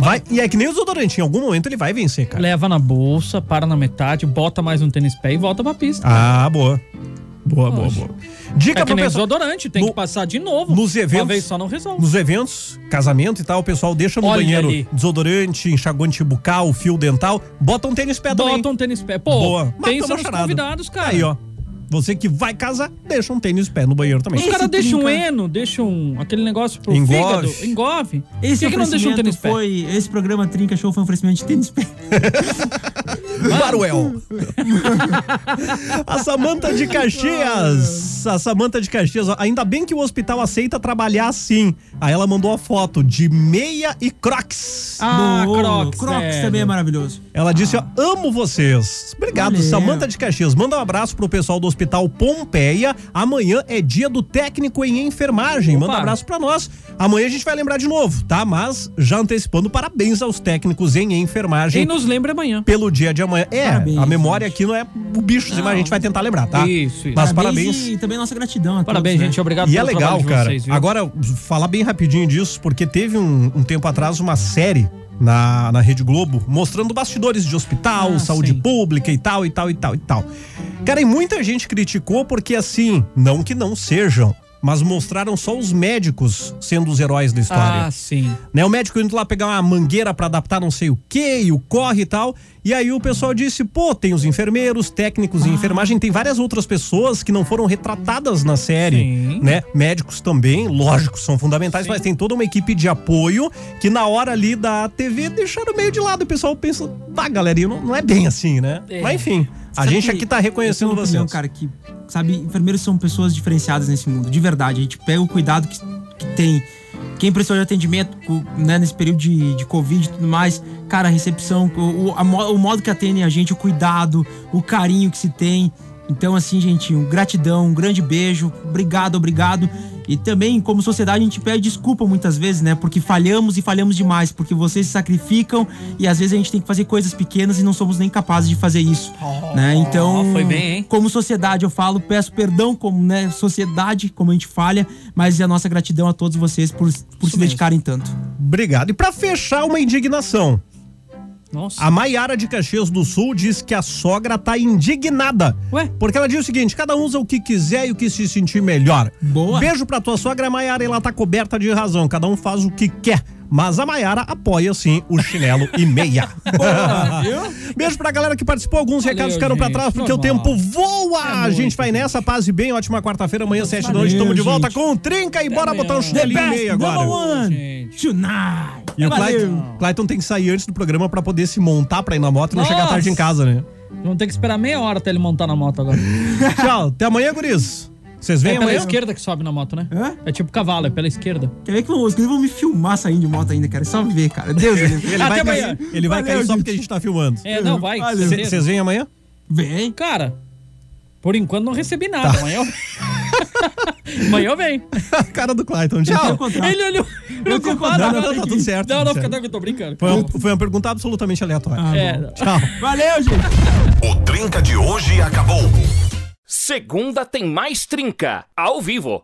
S3: vai. E é que nem o desodorante, em algum momento ele vai vencer, cara.
S4: Leva na bolsa, para na metade, bota mais um tênis pé e volta pra pista.
S3: Ah, boa. Boa, boa, boa. Dica
S4: é que
S3: pro
S4: nem
S3: pessoal.
S4: desodorante, tem que passar de novo.
S3: Nos eventos,
S4: Uma vez só não resolve.
S3: Nos eventos, casamento e tal, o pessoal deixa no
S4: Olha
S3: banheiro
S4: ali.
S3: desodorante, enxaguante bucal, fio dental, bota um tênis pé também.
S4: Bota um tênis pé. Pô, pensa nos convidados, cara.
S3: Aí, ó. Você que vai casar, deixa um tênis pé no banheiro também.
S4: Os caras deixam um
S3: Trinca.
S4: eno, deixam um- aquele negócio pro
S3: Engove.
S4: fígado, engove.
S5: Esse
S4: Por que, que não deixa um
S5: oferecimento
S4: tênis pé?
S5: foi, Esse programa Trinca Show foi um oferecimento de tênis pé.
S3: Baruel. A Samanta de Caxias. A Samanta de Caxias. ó, Ainda bem que o hospital aceita trabalhar assim. Aí ela mandou a foto de meia e crocs.
S5: Ah, Boa. Crocs, Crocs velho. também é maravilhoso.
S3: Ela disse, ó, amo vocês. Obrigado,
S5: Valeu.
S3: Samanta de Caxias. Manda um abraço pro pessoal do Hospital Pompeia. Amanhã é dia do técnico em enfermagem. Manda um
S4: Opa.
S3: abraço pra nós. Amanhã a gente vai lembrar de novo, tá? Mas já antecipando, parabéns aos técnicos em enfermagem
S4: Quem nos lembra é amanhã.
S3: pelo dia de amanhã. É,
S5: Parabéns,
S3: a memória aqui não é o bicho, mas a gente vai tentar lembrar, tá?
S4: Isso, isso.
S3: Mas parabéns.
S5: E também nossa gratidão. a todos,
S4: Parabéns,
S5: né?
S4: gente. Obrigado
S3: E é
S4: pelo
S3: legal,
S4: trabalho de
S3: cara.
S4: vocês, viu?
S3: Agora, falar bem rapidinho disso, porque teve um, um tempo atrás uma série na, na Rede Globo mostrando bastidores de hospital,
S4: Ah,
S3: saúde pública e tal, e tal, e tal, e tal. Cara, e muita gente criticou porque, assim, não que não sejam, mas mostraram só os médicos sendo os heróis da é história.
S4: Ah, sim.
S3: Né, o médico indo lá pegar uma mangueira pra adaptar não sei o que, e o corre e tal. E aí o pessoal disse: pô, tem os enfermeiros, técnicos
S5: Ah.
S3: em enfermagem, tem várias outras pessoas que não foram retratadas na série. né? Médicos também, lógico, são fundamentais, mas tem toda uma equipe de apoio que na hora ali da TV deixaram meio de lado. O pessoal pensa: tá, galerinha, não, não é bem assim, né?
S5: É.
S3: Mas enfim, a
S5: Sabe
S3: gente
S5: que
S3: aqui tá
S5: eu
S3: reconhecendo
S5: tenho uma opinião,
S3: vocês.
S5: cara, que, sabe, enfermeiros são pessoas diferenciadas nesse mundo, de verdade. A gente pega o cuidado que, que tem. Quem prestou de atendimento, co- né, nesse período de, de Covid e tudo mais, cara, a recepção, o, o- a mo- o modo que atendem a gente, o cuidado, o carinho que se tem. Então, assim, gente, um gratidão, um grande beijo, obrigado, obrigado. E também, como sociedade, a gente pede desculpa muitas vezes, né? Porque falhamos e falhamos demais, porque vocês se sacrificam e às vezes a gente tem que fazer coisas pequenas e não somos nem capazes de fazer isso. né? Então,
S4: Oh, foi bem, hein?
S5: como sociedade, eu falo, peço perdão como né, sociedade, como a gente falha, mas é a nossa gratidão a todos vocês por, por se dedicarem tanto.
S3: Obrigado. E pra fechar, uma indignação.
S4: Nossa.
S3: A Maiara de Caxias do Sul diz que a sogra tá indignada.
S4: Ué?
S3: Porque ela diz o seguinte: cada um usa o que quiser e o que se sentir melhor. Boa. Beijo pra tua sogra, Maiara, ela tá coberta de razão. Cada um faz o que quer. Mas a Maiara apoia sim o chinelo e meia. Beijo pra galera que participou. Alguns recados ficaram pra
S2: gente.
S3: trás porque o
S2: Normal.
S3: tempo voa. a gente vai nessa. Paz e bem. Ótima quarta-feira. Amanhã, sete da noite. Tamo de
S2: Valeu,
S3: volta com o Trinca e bora botar um chinelinho e meia agora.
S5: Tonight.
S3: E o
S4: Valeu.
S3: Clayton, Clayton tem que sair antes do programa pra poder se montar pra ir na moto e não chegar
S4: Nossa.
S3: tarde em casa, né?
S4: Vamos ter que esperar meia hora até ele montar na moto agora.
S3: Tchau, até amanhã, guris. Vocês
S4: É
S3: vêm
S4: pela
S3: amanhã?
S4: esquerda que sobe na moto, né? É tipo cavalo, é pela esquerda.
S5: Quer ver que os caras vão me filmar saindo de moto ainda, cara? É Só ver, cara. Deus
S3: Ele,
S5: Deus.
S3: vai cair, ele vai
S5: Valeu,
S3: cair só
S5: gente.
S3: porque a gente tá filmando.
S4: É, não, vai.
S3: Valeu. Cê- Vocês vêm amanhã?
S5: Vem.
S4: Cara, por enquanto não recebi nada.
S3: Tá.
S4: Amanhã eu... Amanhã eu venho.
S3: Cara do Clayton, tchau.
S4: Ele olhou.
S3: Não,
S4: preocupado
S3: não,
S4: agora
S3: não, tá
S4: aqui.
S3: tudo certo.
S4: Não,
S3: tudo
S4: não, fica
S3: certo.
S4: tranquilo, eu tô brincando.
S3: Foi, uma- foi uma pergunta absolutamente aleatória.
S4: É.
S3: Tchau.
S5: Valeu, gente.
S1: O Trinca de hoje acabou. Segunda tem mais Trinca, ao vivo.